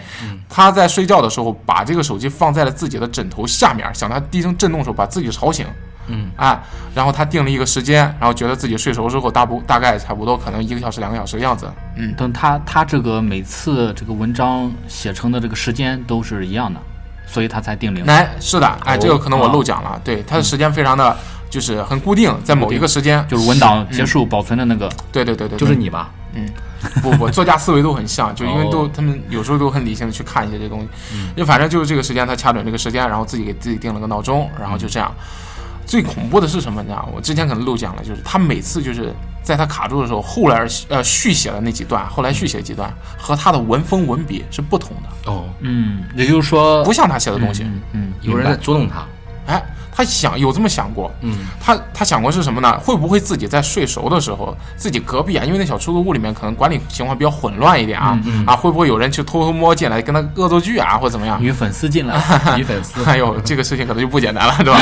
S2: 他在睡觉的时候把这个手机放在了自己的枕头下面，想他低声震动的时候把自己吵醒。
S4: 嗯，
S2: 哎，然后他定了一个时间，然后觉得自己睡熟之后，大不大概差不多可能一个小时、两个小时的样子。嗯，
S3: 等他他这个每次这个文章写成的这个时间都是一样的，所以他才定龄。
S2: 哎，是的，哎，这个可能我
S3: 哦
S2: 漏讲了，对，它的时间非常的就是很固定，在某一个时间，
S3: 就是文档结束保存的那个，
S2: 对对对对，
S4: 就是你吧？
S2: 嗯， 不不，作家思维都很像，就因为都他们有时候都很理性的去看一些这东西，就反正就是这个时间他掐准这个时间，然后自己给自己定了个闹钟，然后就这样。最恐怖的是什么呢？我之前可能漏讲了，就是他每次就是在他卡住的时候，后来呃续写的那几段，后来续写几段和他的文风文笔是不同的，
S4: 哦，
S3: 嗯，也就是说
S2: 不像他写的东西。
S3: 嗯，
S4: 有人在捉弄他，
S2: 哎，他想有这么想过，
S4: 嗯，
S2: 他他想过是什么呢？会不会自己在睡熟的时候，自己隔壁啊，因为那小出租屋里面可能管理情况比较混乱一点啊，啊，会不会有人去偷偷摸进来跟他恶作剧啊，或者怎么样？
S3: 女粉 丝进来，
S4: 女粉 丝
S2: 哎呦，这个事情可能就不简单了， 对吧？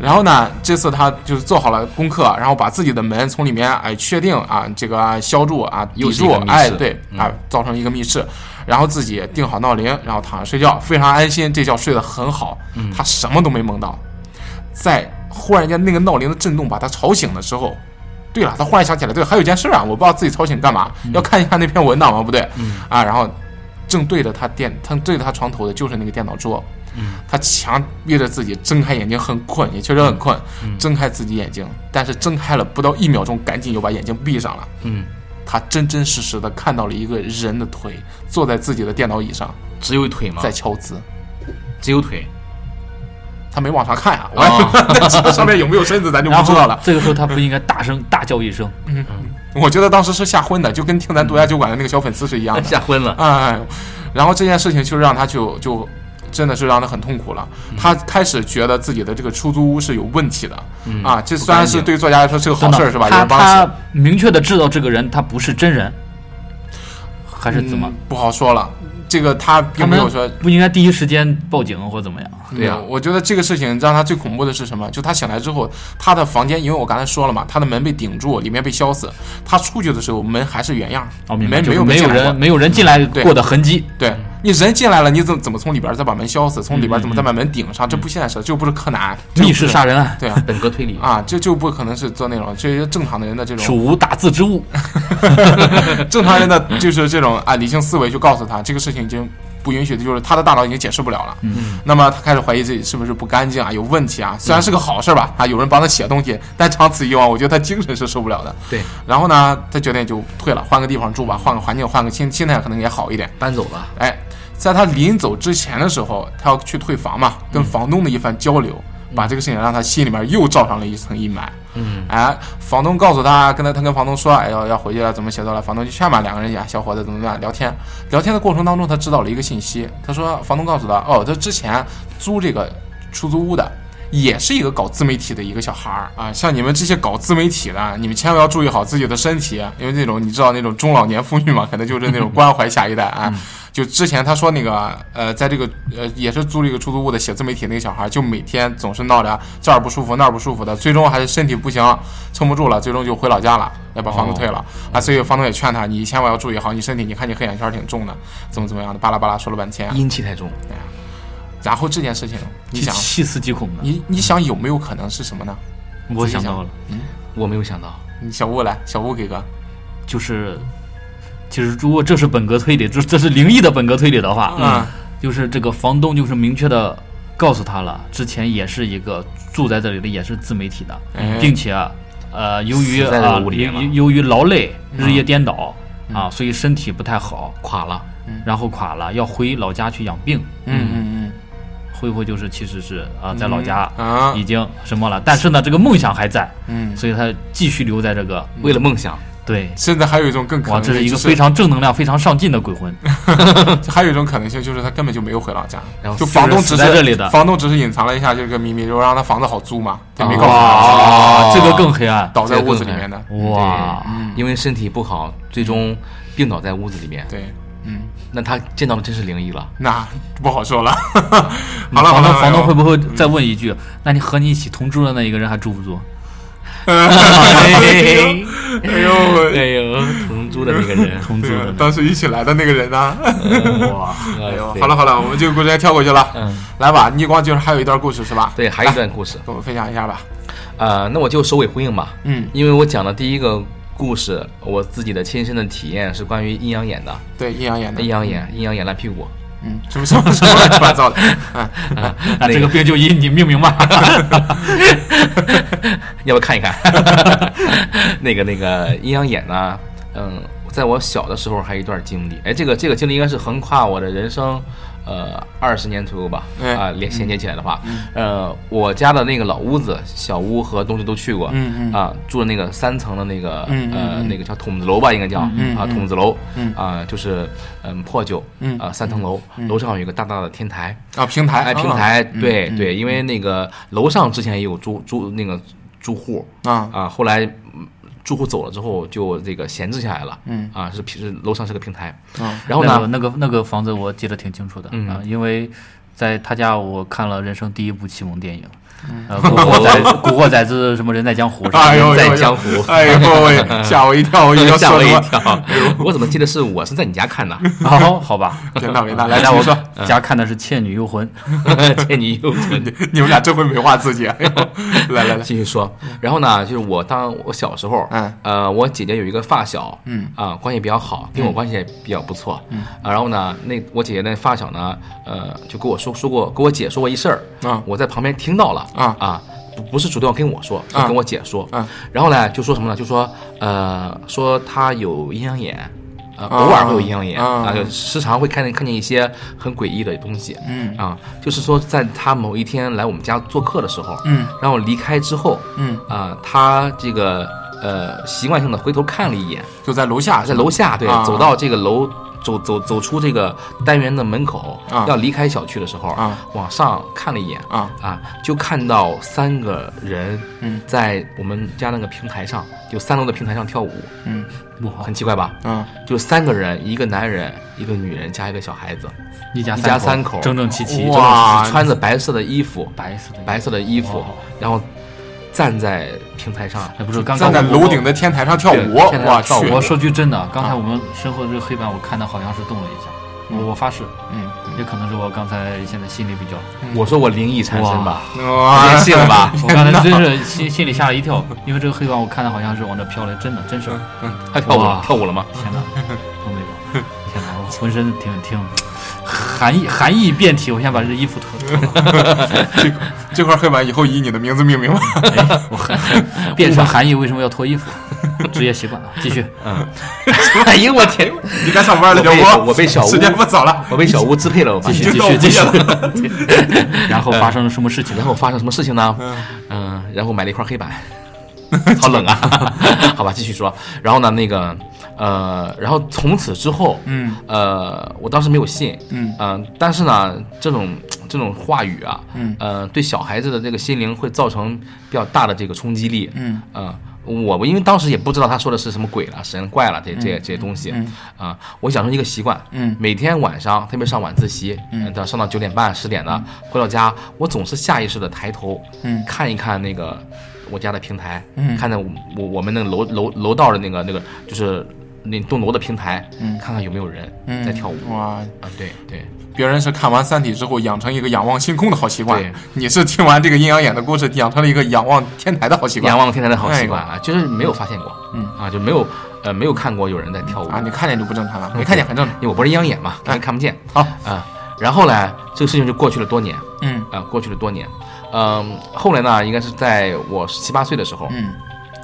S2: 然后呢，这次他就是做好了功课，然后把自己的门从里面哎确定啊，这个消住啊，
S4: 又
S2: 抵
S4: 是一
S2: 住
S4: 个密，室嗯
S2: 哎对，啊，造成一个密室，然后自己定好闹铃，然后躺着睡觉，非常安心，这觉睡得很好，
S4: 嗯
S2: 他什么都没梦到，在忽然间那个闹铃的震动把他吵醒的时候。对了，他忽然想起来，对，还有一件事啊，我不知道自己吵醒干嘛，
S4: 嗯
S2: 要看一看那篇文档嘛，不对，啊，然后正对着他电，他对着他床头的就是那个电脑桌，他强逼着自己睁开眼睛，很困，
S3: 嗯
S2: 也确实很困，睁开自己眼睛，但是睁开了不到一秒钟，赶紧又把眼睛闭上了。
S4: 嗯，
S2: 他真真实实的看到了一个人的腿坐在自己的电脑椅上，
S3: 啊
S4: 只有腿吗？
S2: 在敲字。
S4: 只有腿，
S2: 他没往上看啊，我 也、那上面有没有身子 咱就不
S3: 哦然
S2: 知道了
S3: 后。这个时候他不应该大声大叫一声，
S2: 我觉得当时是吓昏的，就跟听咱独家酒馆的那个小粉丝是一样的。
S4: 吓昏了，
S2: 哎，然后这件事情就让他就就真的是让他很痛苦了。
S3: 嗯
S2: 他开始觉得自己的这个出租屋是有问题的、
S3: 嗯
S2: 啊，这虽然是对作家来说是个好
S3: 真的
S2: 事儿是吧？有
S3: 他
S2: 人帮他写
S3: 他明确的知道这个人他不是真人，还是怎么？
S2: 嗯不好说了。这个他
S3: 他
S2: 并没
S3: 们
S2: 有说。
S3: 不应该第一时间报警或怎么样？
S4: 对呀
S2: 嗯我觉得这个事情让他最恐怖的是什么？就他醒来之后，他的房间，因为我刚才说了嘛，他的门被顶住，里面被削死。他出去的时候，门还是原样，
S3: 哦，明白，
S2: 门
S3: 就是
S2: 没有被进
S3: 没有
S2: 来过
S3: 人没有嗯人进来过的痕迹，
S2: 对你人进来了，你怎么怎么从里边再把门削死？从里边怎么再把门顶上？这不现实，这又不是柯南，这又
S3: 嗯密
S2: 不是
S3: 室杀人案
S2: 对啊，
S4: 本格推理，
S2: 啊，这就不可能是做那种这些正常的人的这种
S3: 属无大字之物。
S2: 正常人的就是这种啊理性思维就告诉他这个事情已经不允许的，就是他的大脑已经解释不了了。嗯，那么他开始怀疑自己是不是不干净啊，有问题啊。虽然是个好事儿吧，啊有人帮他写东西，但长此以往，我觉得他精神是受不了的。
S4: 对，
S2: 然后呢，他决定就退了，换个地方住吧，换个环境，换个心心态可能也好一点。
S4: 搬走了，
S2: 哎，在他临走之前的时候，他要去退房嘛，跟房东的一番交流，把这个事情让他心里面又罩上了一层阴霾。
S4: 嗯，
S2: 哎，房东告诉他，跟他他跟房东说，哎要要回去了，怎么写作了？房东就劝嘛，两个人呀，小伙子怎么怎么样聊天。聊天的过程当中，他知道了一个信息，他说房东告诉他，哦，他之前租这个出租屋的。也是一个搞自媒体的一个小孩儿啊，像你们这些搞自媒体的，你们千万要注意好自己的身体，因为那种你知道那种中老年妇女嘛，可能就是那种关怀下一代啊。就之前他说那个呃，在这个呃也是租了一个出租屋的写自媒体那个小孩，就每天总是闹着这儿不舒服那儿不舒服的，最终还是身体不行，撑不住了，最终就回老家了，要把房子退了、啊。所以房东也劝他，你千万要注意好你身体，你看你黑眼圈挺重的，怎么怎么样的，巴拉巴拉说了半
S3: 嗯
S2: 天。
S4: 阴气太重，
S2: 然后这件事情，你想，啊
S3: 细思极恐的，
S2: 你你想有没有可能是什么呢？
S3: 我想到了，
S4: 我没有想到，
S2: 你小吴来，小吴给个，
S3: 就是，其实如果这是本格推理，这这是灵异的本格推理的话，
S2: 嗯，
S3: 就是这个房东就是明确的告诉他了，之前也是一个住在这里的，也是自媒体的，
S2: 哎
S3: 并且啊呃，由于
S4: 死在这个
S3: 啊
S4: 屋
S3: 由
S4: 里面了嗯
S3: 于由于劳累，日夜颠倒啊，所以身体不太好，嗯
S4: 垮了，
S3: 然后垮了，要回老家去养病，
S2: 嗯嗯
S3: 会不会就是其实是啊在老家
S2: 嗯啊
S3: 已经什么了，但是呢这个梦想还在，
S2: 嗯，
S3: 所以他继续留在这个
S4: 为了梦想，
S3: 对。
S2: 甚至还有一种更可
S3: 哇，
S2: 能
S3: 这
S2: 性，
S3: 是一个
S2: 就是
S3: 非常正能量、非常上进的鬼魂。
S2: 还有一种可能性就是他根本就没有回老家，
S4: 然后
S2: 就房东只
S3: 死
S2: 是
S3: 在这里的
S2: 房东只是隐藏了一下这个秘密，就让他房子好租嘛，他
S4: 啊
S2: 没告诉他
S3: 哇，啊这个更黑暗。
S2: 倒在屋子里面的。
S3: 哇，
S4: 啊因为身体不好，最终病倒在屋子里面，
S2: 对，嗯，
S4: 那他见到的真是灵异了，
S2: 那不好说了。 好
S3: 那
S2: 了，好
S3: 房
S2: 了，哎嗯
S3: 东房东
S2: 好了
S3: 会不会再问一句？那你和你一起同住的那一个人还住 不住？
S2: 哎呦，
S4: 哎呦，同住的那个 人，
S3: 同住
S2: 对啊
S3: 的
S2: 当时一起来的那个人呢？
S3: 哇，
S4: 哎
S2: 哎呦，好了，好了，我们这个故事先跳过去了。
S4: 嗯，
S2: 来吧，逆光就是还有一段故事是吧？
S4: 对，还有一段故事，
S2: 跟我们分享一下吧。
S4: 呃，那我就首尾呼应吧，
S2: 嗯，
S4: 因为我讲的第一个故事，我自己的亲身的体验是关于阴阳眼的，
S2: 对，阴阳眼的
S3: 哎
S4: 阴，阳眼，阴阳眼烂 屁股，
S2: 嗯，什么什么什么乱七八糟的，嗯，
S3: 那啊这个病就以你命名 吧。
S4: 要不要看一看？那个那个阴阳眼呢，嗯，在我小的时候还有一段经历，哎，这个这个经历应该是横跨我的人生，呃，二十年左右吧，
S2: 哎嗯
S4: 啊，连衔接起来的话，呃，我家的那个老屋子、小屋和东西都去过，
S2: 嗯嗯
S4: 啊，住的那个三层的那个
S2: 嗯嗯
S4: 呃
S2: 嗯
S4: 那个叫筒子楼吧，应该叫
S2: 嗯
S4: 啊
S2: 嗯
S4: 筒子楼
S2: 嗯，
S4: 啊，就是嗯破旧，
S2: 嗯
S4: 啊三层楼，楼上有一个大大的天台，
S2: 啊，平台，
S4: 哎，
S2: 啊嗯
S4: 平台，对对，因为那个楼上之前也有住住那个住户
S2: 啊，
S4: 啊，后来嗯住户走了之后就这个闲置下来了，
S2: 嗯
S4: 啊，是平是楼上是个平台，
S2: 啊
S4: 然后
S3: 那个
S4: 呢，
S3: 那个那个房子我记得挺清楚的
S4: 嗯
S3: 啊，因为在他家我看了人生第一部启蒙电影，呃，《古惑仔》《古惑仔之什么人在江 湖》是吧
S2: 哎？呦，
S4: 在
S2: 哎呦
S4: 江湖
S2: 哎呦 喂，吓我一跳，我以为要
S4: 吓
S2: 说
S4: 我一
S2: 什么？ 哎
S4: 跳，我怎么记得是我是在你家看的？
S3: 好好吧，嗯
S2: 别闹别闹，来，
S3: 来
S2: 继续说，
S3: 我家看的是《倩女幽魂》，
S4: 这你又
S2: 你们俩真会美化自己，哎 呦来来来，
S4: 继续说。然后呢，就是我当我小时候，
S2: 嗯
S4: 呃，我姐姐有一个发小，
S2: 嗯
S4: 啊，关系比较好，跟我关系也比较不错，嗯啊，然后呢，那我姐姐那发小呢，呃，就跟我说说过，跟我姐说过一事儿，
S2: 啊
S4: 我在旁边听到了，
S2: 啊
S4: 啊。不不是主动跟我说，是
S2: 啊
S4: 跟我姐说，
S2: 啊
S4: 然后呢就说什么呢？就说呃说她有阴阳眼，呃
S2: 啊
S4: 偶尔会有阴阳眼
S2: 啊
S4: 就时常会看见看见一些很诡异的东西，
S2: 嗯
S4: 啊，就是说在她某一天来我们家做客的时候，
S2: 嗯
S4: 然后离开之后，
S2: 嗯，
S4: 啊、他这个呃习惯性的回头看了一眼，
S2: 就在楼下，
S4: 在楼下，对，
S2: 啊
S4: 走到这个楼，走走走出这个单元的门口，
S2: 啊
S4: 要离开小区的时候，
S2: 啊，
S4: 往上看了一眼，
S2: 啊
S4: 啊，就看到三个人，
S2: 嗯，
S4: 在我们家那个平台上，就三楼的平台上跳舞，
S2: 嗯
S3: 哇，
S4: 很奇怪吧？
S2: 嗯，
S4: 就三个人，一个男人，一个女人加一个小孩子，
S3: 一家
S4: 一家三口
S3: 口，整整齐齐，
S2: 哇
S4: 就是穿着白色的衣服，
S3: 白色的
S4: 白色的衣服
S3: 哇，
S4: 然后站在平台上，
S3: 哎，不是，刚刚
S2: 站在
S3: 我
S2: 楼顶的天台上跳
S4: 对
S2: 舞，
S4: 天台
S2: 我
S4: 上跳舞
S2: 去，啊
S3: 我说句真的，啊刚才我们身后的这个黑板，我看的好像是动了一下，我我发誓，
S2: 嗯，
S3: 也可能是我刚才现在心里 比较，
S4: 我说我灵异缠身吧，
S2: 哇
S4: 别信 了吧？
S3: 我刚才真是心心里吓了一跳，因为这个黑板我看的好像是往这飘来，真的真事
S2: 嗯
S3: 儿，
S4: 他跳舞
S3: 哇
S4: 跳舞了吗？
S3: 天哪，都没
S2: 嗯
S3: 有， 天哪，我浑身挺挺寒意寒意遍体，我先把这衣服脱 脱了，
S2: 这块黑板以后以你的名字命名 吧。
S3: 哎我寒变成寒意为什么要脱衣服？ 职业习惯啊，继续，
S2: 嗯
S4: 哎呦我天！
S2: 你该上班了，
S4: 我被
S2: 要不
S4: 我被小屋
S2: 时间不早了，
S4: 我被小屋支配了，我发
S3: 继
S4: 现。
S3: 续，继 续，继续， 然后发生了什么事情？
S4: 然后发生什么事情呢？嗯，然后买了一块黑板， 好冷啊！ 好吧，继续说。然后呢，那个呃，然后从此之后，
S2: 嗯，
S4: 呃，我当时没有信，
S2: 嗯
S4: 呃但是呢，这种这种话语啊，
S2: 嗯
S4: 呃，对小孩子的这个心灵会造成比较大的这个冲击力，
S2: 嗯
S4: 呃我因为当时也不知道他说的是什么鬼了、神怪了，这这些这些东西啊、我养成一个习惯，
S2: 嗯
S4: 每天晚上，特别上晚自习，嗯，到上到九点半、十点的，回到家，我总是下意识的抬头，
S2: 嗯
S4: 看一看那个我家的平台，
S2: 嗯
S4: 看着我我我们那个楼楼楼道的那个那个就是那栋楼的平台，嗯，看看有没有人
S2: 嗯
S4: 在跳舞，
S2: 哇！
S4: 啊，对对，
S2: 别人是看完《三体》之后养成一个仰望星空的好习惯
S4: 对，
S2: 你是听完这个阴阳眼的故事养成了一个仰望天台的好习惯。
S4: 仰望天台的好习惯啊，就是没有发现过，
S2: 嗯
S4: 啊，就没有呃没有看过有人在跳舞
S2: 啊，你看见就不正常
S4: 嗯
S2: 了，没看见很正常。哎
S4: 因为我不是阴阳眼嘛，肯定看不见
S2: 好，
S4: 啊。然后呢，这个事情就过去了多年，
S2: 嗯
S4: 啊，过去了多年，嗯，后来呢，应该是在我十七八岁的时候，
S2: 嗯，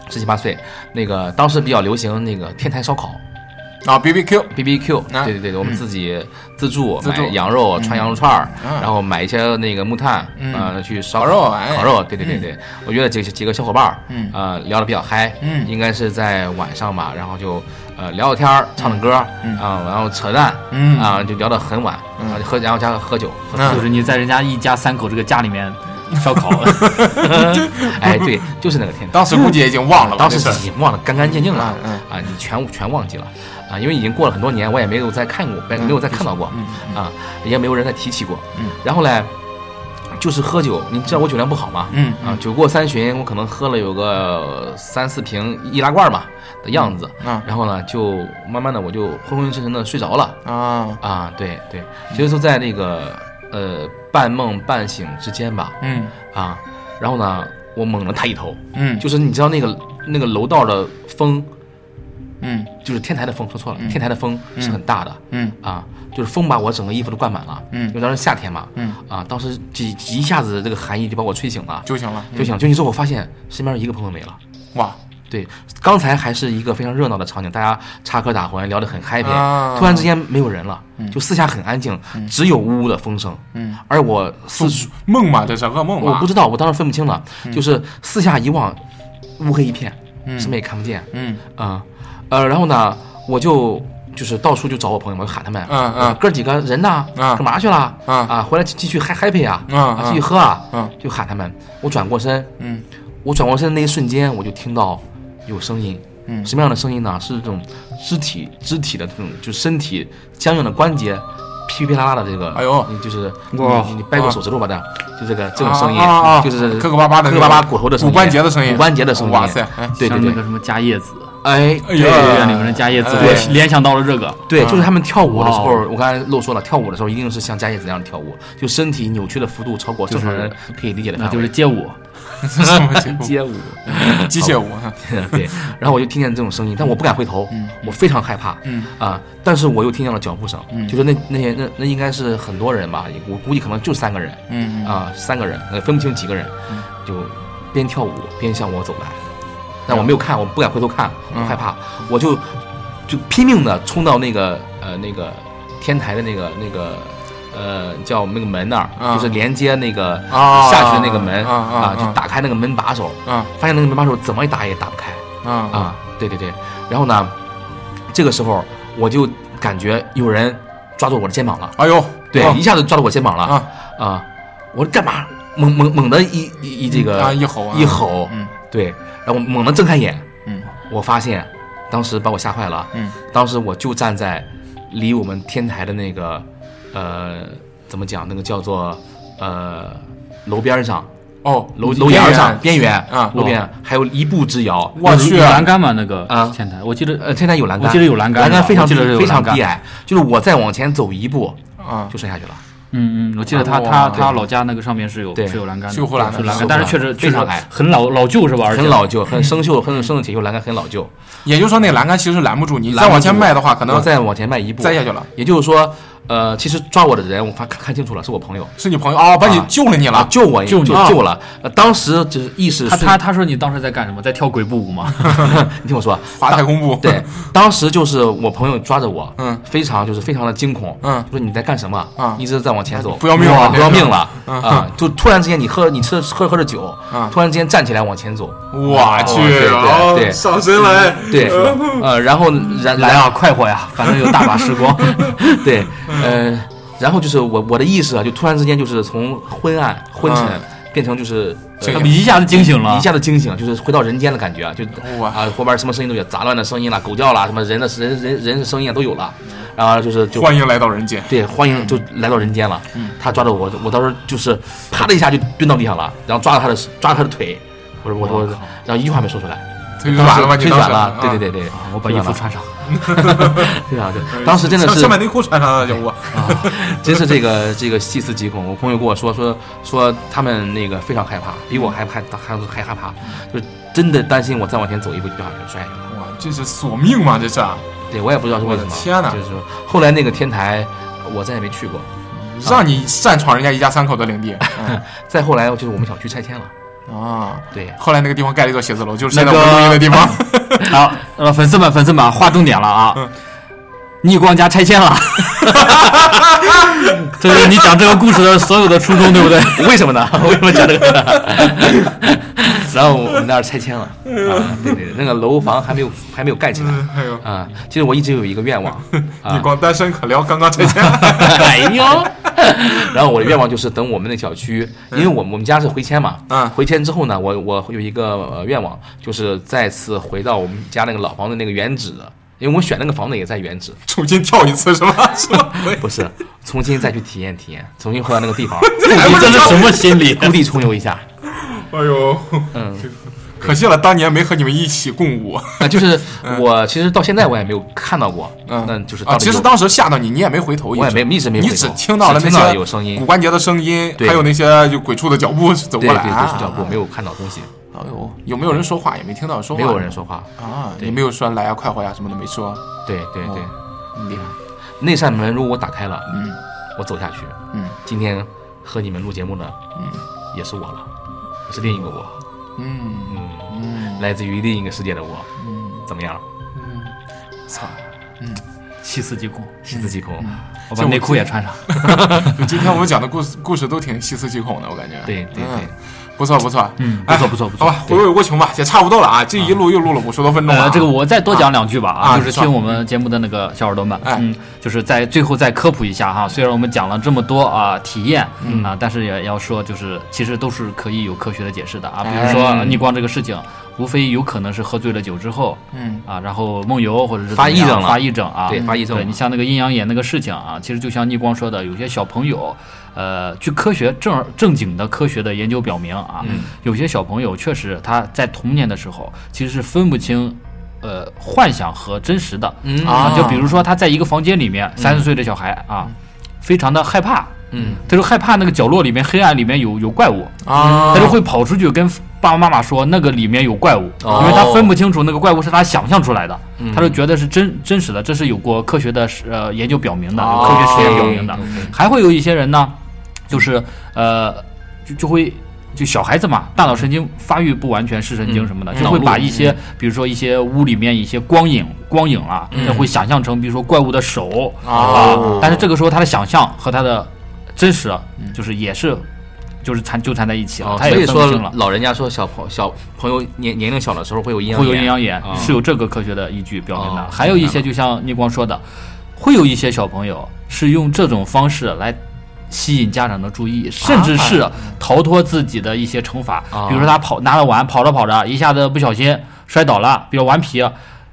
S4: 十七八岁，那个当时比较流行那个天台烧烤
S2: 啊，B B Q，
S4: B B Q，
S2: 啊
S4: 对对对，我们自己自助
S2: 自
S4: 买
S2: 助
S4: 羊肉，穿羊肉串儿，
S2: 啊
S4: 然后买一些那个木炭，
S2: 嗯
S4: 呃，去烧
S2: 烤肉哎
S4: 烤肉，对对对对，我约了几个几个小伙伴儿，
S2: 嗯
S4: 呃，聊得比较嗨，
S2: 嗯
S4: 应该是在晚上吧，然后就呃聊聊天儿，唱唱歌，
S2: 嗯
S4: 啊，然后扯淡，
S2: 嗯
S4: 啊，就聊得很晚，
S2: 嗯
S4: 然后就喝，然后加上喝酒， 喝
S2: 啊
S3: 就是你在人家一家三口这个家里面烧 烤，
S4: 哎，对，就是那个天台。
S2: 当时估计也已经忘了吧，
S4: 当时
S2: 这
S4: 自
S2: 事儿
S4: 己忘得干干净净了，
S2: 嗯
S4: 啊，你全全忘记了，啊，因为已经过了很多年，我也没有再看过，没没有再看到过，啊，也没有人再提起过，
S2: 嗯
S4: 然后嘞，就是喝酒，你知道我酒量不好嘛，
S2: 嗯
S4: 啊，酒过三巡，我可能喝了有个三四瓶易拉罐吧的样子，
S2: 嗯啊
S4: 然后呢，就慢慢的我就昏昏沉沉的睡着了，
S2: 啊，
S4: 啊，对对，所以说在那个呃半梦半醒之间吧，
S2: 嗯
S4: 啊，然后呢，我猛了他一头。
S2: 嗯
S4: 就是你知道那个那个楼道的风，
S2: 嗯
S4: 就是天台的风，说错了，天台的风是很大的、
S2: 嗯
S4: 啊，就是风把我整个衣服都灌满了，
S2: 嗯
S4: 因为当时夏天嘛，
S2: 嗯
S4: 啊，当时几一下子这个寒意就把我吹醒了，
S2: 就行了，
S4: 就醒了，就醒之后我发现身边一个朋友没了，
S2: 哇，
S4: 对，刚才还是一个非常热闹的场景，大家插科打诨，聊得很 happy，、
S2: 啊
S4: 突然之间没有人了，就四下很安静，只有呜呜的风声。
S2: 嗯，
S4: 而我四处，
S2: 梦嘛，这是噩梦嘛？
S4: 我不知道，我当时分不清了，
S2: 嗯
S4: 就是四下一望，乌黑一片，什么也看不见。
S2: 嗯
S4: 啊、呃，然后呢，我就就是到处就找我朋友们，我就喊他们，
S2: 嗯嗯
S4: 哥几个人呢？
S2: 嗯
S4: 干嘛去了？
S2: 嗯
S4: 啊，回来继续嗨 happy 啊，
S2: 嗯
S4: 啊，继续喝啊，
S2: 嗯，
S4: 就喊他们。我转过身，
S2: 嗯
S4: 我转过身的那一瞬间，我就听到有声音。
S2: 嗯
S4: 什么样的声音呢？是这种肢体、肢体的这种，就身体僵硬的关节噼噼啦啦的这个，
S2: 哎呦
S4: 你就是
S2: 哇
S4: 你你掰个手指头吧，这样，就这个这种声音
S2: 啊啊啊，
S4: 就是
S2: 磕磕巴巴的
S4: 磕
S2: 那种
S4: 磕巴巴骨头的声音，
S2: 骨关节的声音
S4: 骨关节的声音。
S2: 哇塞哎
S4: 对对
S3: 像那个
S4: 对，
S3: 什么加叶子，
S4: 哎，
S2: 哎
S4: 对
S2: 呀啊
S3: 对里面的加
S4: 呃
S3: 叶子，
S2: 哎
S3: 我联想到了这个。
S4: 对，就是他们跳舞的时候
S2: 哦
S3: 哇，
S4: 我刚才漏说了，跳舞的时候一定是像加叶子那样跳舞，就身体扭曲的幅度超过正常人可以理解的
S3: 那
S4: 范
S3: 就是
S4: 围。
S3: 街舞，
S2: 什么节目
S4: 街舞，
S2: 机 械舞，
S4: 对。然后我就听见这种声音，但我不敢回头，我非常害怕，
S2: 嗯
S4: 啊，但是我又听见了脚步声，就是那那些那那应该是很多人吧，我估计可能就三个人，
S2: 嗯
S4: 啊，三个人，呃，分不清几个人，就边跳舞边向我走来，但我没有看，我不敢回头看，
S2: 嗯
S4: 我害怕，我就就拼命的冲到那个呃那个天台的那个那个呃叫那个门那儿，
S2: 啊
S4: 就是连接那个
S2: 啊
S4: 下去的那个门
S2: 啊啊啊
S4: 就打开那个门把手，
S2: 啊
S4: 发现那个门把手怎么也打也打不开
S2: 啊啊
S4: 啊，对对对，然后呢，这个时候我就感觉有人抓住我的肩膀了。
S2: 哎呦，
S4: 对，
S2: 哦
S4: 一下子抓住我肩膀了
S2: 啊
S4: 啊！我说干嘛？猛猛猛的一一一这个、
S2: 啊一吼啊
S4: 呃一吼，
S2: 嗯
S4: 对，然后我猛地睁开眼，
S2: 嗯
S4: 我发现当时把我吓坏了，
S2: 嗯
S4: 当时我就站在离我们天台的那个呃怎么讲那个叫做呃楼边上
S2: 哦，
S4: 楼楼檐上边缘
S3: 嗯哦
S2: 啊
S4: 楼边还有一步之遥，
S2: 我去
S3: 有有栏杆嘛那个
S4: 啊
S3: 前台，我记得
S4: 呃天台有栏杆，
S3: 我记得有栏杆
S4: 栏杆非常
S3: 我记得是有
S4: 非常
S3: 栏杆
S4: 低矮，就是我再往前走一步
S2: 啊
S4: 就摔下去了。
S3: 嗯嗯，我记得
S2: 啊
S3: 他
S2: 哇
S3: 他他老家那个上面是有
S4: 对
S3: 是有栏杆的，
S2: 是有护栏的
S3: 是有栏
S2: 是有
S3: 杆，但是确
S4: 护
S3: 实
S4: 栏的
S3: 确实
S4: 非常矮
S3: 很老老旧是吧？而且
S4: 很老旧，很生锈，很生的铁锈栏杆，很老旧。
S2: 也就是说那个栏杆其实拦不住你，
S4: 拦
S2: 再
S4: 不
S2: 往
S4: 住
S2: 前迈的话，可
S4: 可能
S2: 能
S4: 再往前迈一步，
S2: 栽下去了。
S4: 也就是说，呃，其实抓我的人，我发看看清楚了，是我朋友
S2: 是你朋友哦，把你
S4: 啊
S2: 救了你哦
S4: 啊
S2: 了，，
S4: 救我，
S3: 救
S4: 救
S3: 你
S4: 救了。呃当时就是意识
S3: 他
S4: 瞬
S3: 他他说你当时在干什么？在跳鬼步舞吗？
S4: 你听我说，
S2: 滑太空步，
S4: 对，当时就是我朋友抓着我，
S2: 嗯
S4: 非常就是非常的惊恐，
S2: 嗯
S4: 说你在干什么？
S2: 啊
S4: 一直在往前走，
S2: 不要命了嗯
S4: 哇不要
S2: 这是
S4: 命了啊！就突然之间你喝你吃喝喝着酒
S2: 啊，
S4: 突然之间站起来往前走，
S2: 我去，
S4: 对对
S2: 哦
S4: 对
S2: 上身来，
S4: 对， 呃，然后然
S3: 来
S4: 然
S3: 啊，快活呀，反正有大把时光。
S4: 对，呃，然后就是我我的意识啊，就突然之间就是从昏暗昏沉、
S2: 嗯
S4: 变成就是。
S2: 这
S4: 呃
S2: 个
S3: 你一下子惊醒了，
S4: 一下子惊醒，就是回到人间的感觉啊，就
S2: 哇
S4: 啊，后边什么声音都有，杂乱的声音啦，狗叫啦，什么人的人人人的声音啊都有了，然后就是就
S2: 欢迎嗯来到人间，
S4: 对欢迎就来到人间了。他抓着我，我当时就是啪的一下就蹲到地上了，然后抓着他的抓着他的腿，我说我说，然后一句话没说出来，
S2: 推
S4: 腿
S2: 转了吧，
S4: 软
S2: 你
S4: 腿
S2: 当
S4: 软
S2: 时啊
S4: 了，对对，对对，
S3: 我把衣服穿上，
S4: 对啊对，当时真的
S2: 像
S4: 是
S2: 嗯像把内裤穿上了，就我，
S4: 真是这个这个细思极恐。我朋友跟我说说说他们那个非常害怕，比我还害还还害怕，就是真的担心我再往前走一步就好像摔下去了。
S2: 哇，这是索命吗？这是，啊
S4: 啊对我也不知道是为什么。
S2: 我的天哪
S4: 就是说后来那个天台，我再也没去过。
S2: 让你擅闯人家一家三口的领地，嗯
S4: 再后来就是我们小区拆迁了。
S2: 啊。
S4: 对，
S2: 后来那个地方盖了一座写字楼，就是现在
S3: 那
S2: 我
S3: 个
S2: 们录音的地方。
S3: 好，呃，粉丝们，粉丝们，划重点了
S4: 嗯
S3: 啊！逆光家拆迁了， 这是你讲这个故事的所有的初衷，对不对？
S4: 为什么呢？ 为什么讲这个？然后我们那儿拆迁了啊，对对，对那个楼房还没有还没有盖起来
S2: 哎呦，
S4: 啊。其实我一直有一个愿望啊
S2: 你，光单身可聊，刚刚拆迁，
S4: 哎呦！然后我的愿望就是等我们那小区，因为我们我们家是回迁嘛，
S2: 嗯
S4: 回迁之后呢，我我有一个呃愿望，就是再次回到我们家那个老房子那个原址，因为我选那个房子也在原址，
S2: 重新跳一次是吧？是吧？
S4: 不是，重新再去体验体验，重新回到那个 地方，
S3: 你这是什么心理？
S4: 故地重游一下。
S2: 哎呦，
S4: 嗯，
S2: 可惜了，当年没和你们一起共舞。
S4: 啊，就是我其实到现在我也没有看到过，
S2: 嗯，
S4: 那就是到
S2: 啊，
S4: 底有
S2: 其实当时吓到你，你也没回头，
S4: 我也
S2: 一直
S4: 没一直没有
S2: 你
S4: 回头
S2: 只听到了
S4: 只
S2: 那
S4: 听
S2: 些
S4: 到有声音
S2: 骨关节的声音，
S4: 对
S2: 还有那些就鬼畜的脚步走
S4: 对
S2: 过来，
S4: 对
S2: 啊
S4: 对，就是脚步，没有看到东西，
S2: 哎呦，有没有人说话？也没听到说
S4: 没
S2: 话，
S4: 有人说话。
S2: 啊，
S4: 对
S2: 也没有说来呀、快活呀、什么的没说。
S4: 对对
S3: 哦
S4: 对，
S3: 嗯
S4: 哎
S2: 厉害，
S4: 那扇门如果我打开了，
S2: 嗯
S4: 我走下去，
S2: 嗯，
S3: 嗯
S4: 今天和你们录节目呢，也是我了，是另一个我。
S2: 嗯
S4: 嗯，
S2: 嗯，
S4: 来自于另一个世界的我，
S3: 嗯
S4: 怎么样？
S2: 操！
S3: 细思极恐。
S4: 细思极恐。
S3: 我把内裤也穿上，
S2: 今天我们讲的故事故事都挺细思极恐的，我感觉。
S4: 对对
S2: 嗯
S4: 对，
S2: 不错不错，
S3: 嗯
S2: 哎
S3: 不错不错不错
S2: 好吧，回味过穷吧，也差不多了啊，这一路又录了五十多分钟了啊。
S3: 呃，这个我再多讲两句吧
S2: 啊
S3: 啊，就是
S2: 算
S3: 听我们节目的那个小耳朵们，
S2: 哎
S3: 嗯，就是在最后再科普一下哈。虽然我们讲了这么多啊体验
S4: 嗯
S3: 啊，但是也要说，就是其实都是可以有科学的解释的啊。比如说
S4: 哎
S3: 逆光这个事情，无非有可能是喝醉了酒之后
S2: 嗯
S3: 啊，然后梦游或者是
S4: 发
S3: 怎么样
S4: 癔症了
S3: 发癔症啊，
S4: 对发癔症
S3: 对你像那个阴阳眼那个事情啊，其实就像逆光说的，有些小朋友，呃，据科学正儿正经的科学的研究表明啊，有些小朋友确实他在童年的时候其实是分不清。呃，幻想和真实的、
S4: 嗯
S3: 啊
S2: 啊，
S3: 就比如说他在一个房间里面，三十岁的小孩啊，非常的害怕，
S4: 嗯，
S3: 他就害怕那个角落里面黑暗里面有有怪物，
S2: 啊，
S3: 他就会跑出去跟爸爸妈妈说那个里面有怪物，
S4: 哦嗯
S3: 因为他分不清楚那个怪物是他想象出来的，他就觉得是真真实的，这是有过科学的呃研究表明的，
S2: 哦
S3: 科学实验表明的。还会有一些人呢，就是呃就就会。就小孩子嘛，大脑神经发育不完全，视神经什么的，
S4: 嗯
S3: 就会
S4: 脑
S3: 把
S4: 路
S3: 一些，比如说一些屋里面一些光影、光影啊，
S4: 嗯
S3: 他会想象成，比如说怪物的手
S2: 哦
S3: 啊，但是这个时候他的想象和他的真实，啊就是也是，就是缠纠缠在一起了，
S4: 嗯哦，
S3: 啊他
S4: 所
S3: 也
S4: 以
S3: 分不
S4: 说
S3: 清了。
S4: 老人家说小朋小朋友年年龄小的时候会有阴阳
S3: 会有阴阳眼
S4: 啊
S3: 是有这个科学的依据表明的
S4: 哦。
S3: 还有一些就像逆光说的，会有一些小朋友是用这种方式来。吸引家长的注意，甚至是逃脱自己的一些惩罚，
S4: 啊
S3: 比如说他跑拿了碗，跑着跑着一下子不小心摔倒了，比较顽皮，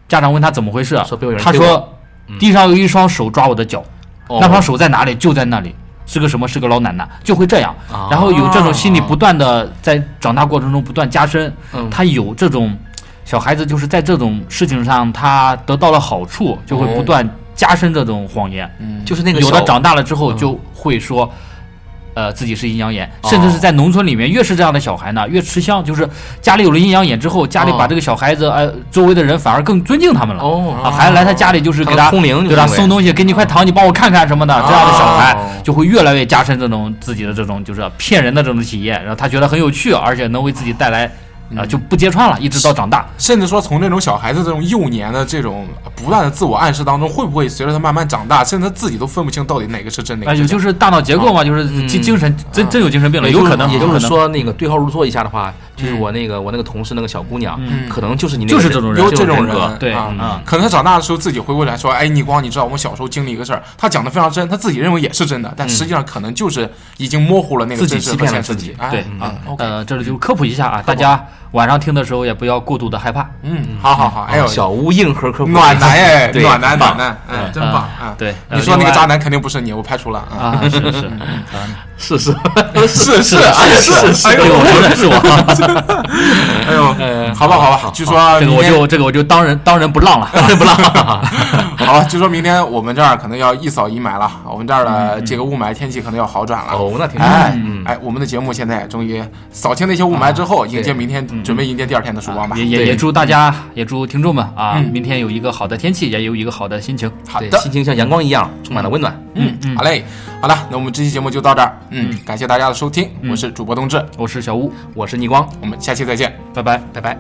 S3: 家长问他怎么回事
S4: 说被有，人嗯
S3: 他
S4: 推过
S3: 说地上有一双手抓我的脚，
S4: 哦
S3: 那双手在哪里？就在那里，是个什么？是个老奶奶，就会这样
S4: 啊。
S3: 然后有这种心理不断的在长大过程中不断加深，他有这种小孩子就是在这种事情上他得到了好处，就会不断加深这种谎言。
S4: 就是那个
S3: 嗯有的
S4: 小
S3: 长大了之后就会说。呃，自己是阴阳眼，甚至是在农村里面，越是这样的小孩呢，越吃香。就是家里有了阴阳眼之后，家里把这个小孩子，呃，周围的人反而更尊敬他们了。
S4: 哦
S3: 啊，孩子来他家里就是给
S4: 他
S3: 他
S4: 们通灵就是
S3: 给他
S4: 因为
S3: 送东西，给你块糖，你帮我看看什么的。这样的小孩
S4: 哦
S3: 就会越来越加深这种自己的这种就是骗人的这种体验，然后他觉得很有趣，而且能为自己带来啊、就不揭穿了，一直到长大。
S2: 甚至说从这种小孩子这种幼年的这种不断的自我暗示当中，会不会随着他慢慢长大，甚至他自己都分不清到底哪个是真，哪
S3: 啊，
S2: 个
S4: 哎
S3: 也
S2: 是假？
S3: 就是大脑结构嘛，就是精精神真真有精神病了，有可能，
S4: 也
S3: 有可
S4: 就是
S3: 能。
S4: 说那个对号入座一下的话，就是我那个我那个同事那个小姑娘，可能嗯就是你那个
S3: 就是这种人
S2: 有这
S4: 种
S2: 种
S4: 人格
S2: 人，
S3: 对
S2: 啊
S3: 嗯
S2: 可能他长大的时候自己回过来说，哎，逆光，你知道我们小时候经历一个事儿，他讲的非常真，他自己认为也是真的，但实际上可能就是已经模糊了那个
S4: 自己
S2: 真实和
S4: 欺骗了
S2: 现实
S4: 自己
S2: 哎
S3: 对
S2: 啊，OK，
S3: 呃，这里就科普一下啊，大家晚上听的时候也不要过度的害怕。
S2: 嗯，好好好，哎
S4: 啊
S2: 呦，
S4: 小屋硬核科普
S2: 暖男哎，
S4: 对
S2: 暖男
S4: 很棒
S2: 暖男，嗯， 真
S3: 嗯
S2: 棒啊！
S3: 对
S2: 你说那
S3: 另
S2: 个
S3: 外
S2: 渣男肯定不是你，我排除了啊。
S3: 啊，是是，
S4: 是
S2: 是
S4: 是
S2: 是哎是是，哎
S3: 这个
S2: 呦
S3: 我承认是我，
S2: 哎呦，好吧好吧，据说
S3: 这个我
S2: 明天
S3: 就这个我就当仁当仁不让了，当仁不让。
S2: 好了，据说明天我们这儿可能要一扫阴霾了，我们这儿的这个雾霾天气可能要好转了。
S4: 哦，那挺好。
S2: 哎
S3: 嗯
S2: 哎，我们的节目现在终于扫清那些雾霾之后，迎接明天，准备迎接第二天的曙光吧嗯
S3: 也。也
S4: 对
S3: 也祝大家，也祝听众们啊，明天有一个好的天气，也有一个好的心情。
S2: 好
S4: 对，
S2: 的，
S4: 心情像阳光一样，充满了温暖。
S2: 嗯，好嘞，好了，那我们这期节目就到这儿，嗯，感谢
S3: 嗯
S2: 大家的收听，我是主播冬至，
S3: 我是小吴，
S4: 我是逆光，
S2: 我们下期再见。
S3: 拜拜。
S4: 拜拜。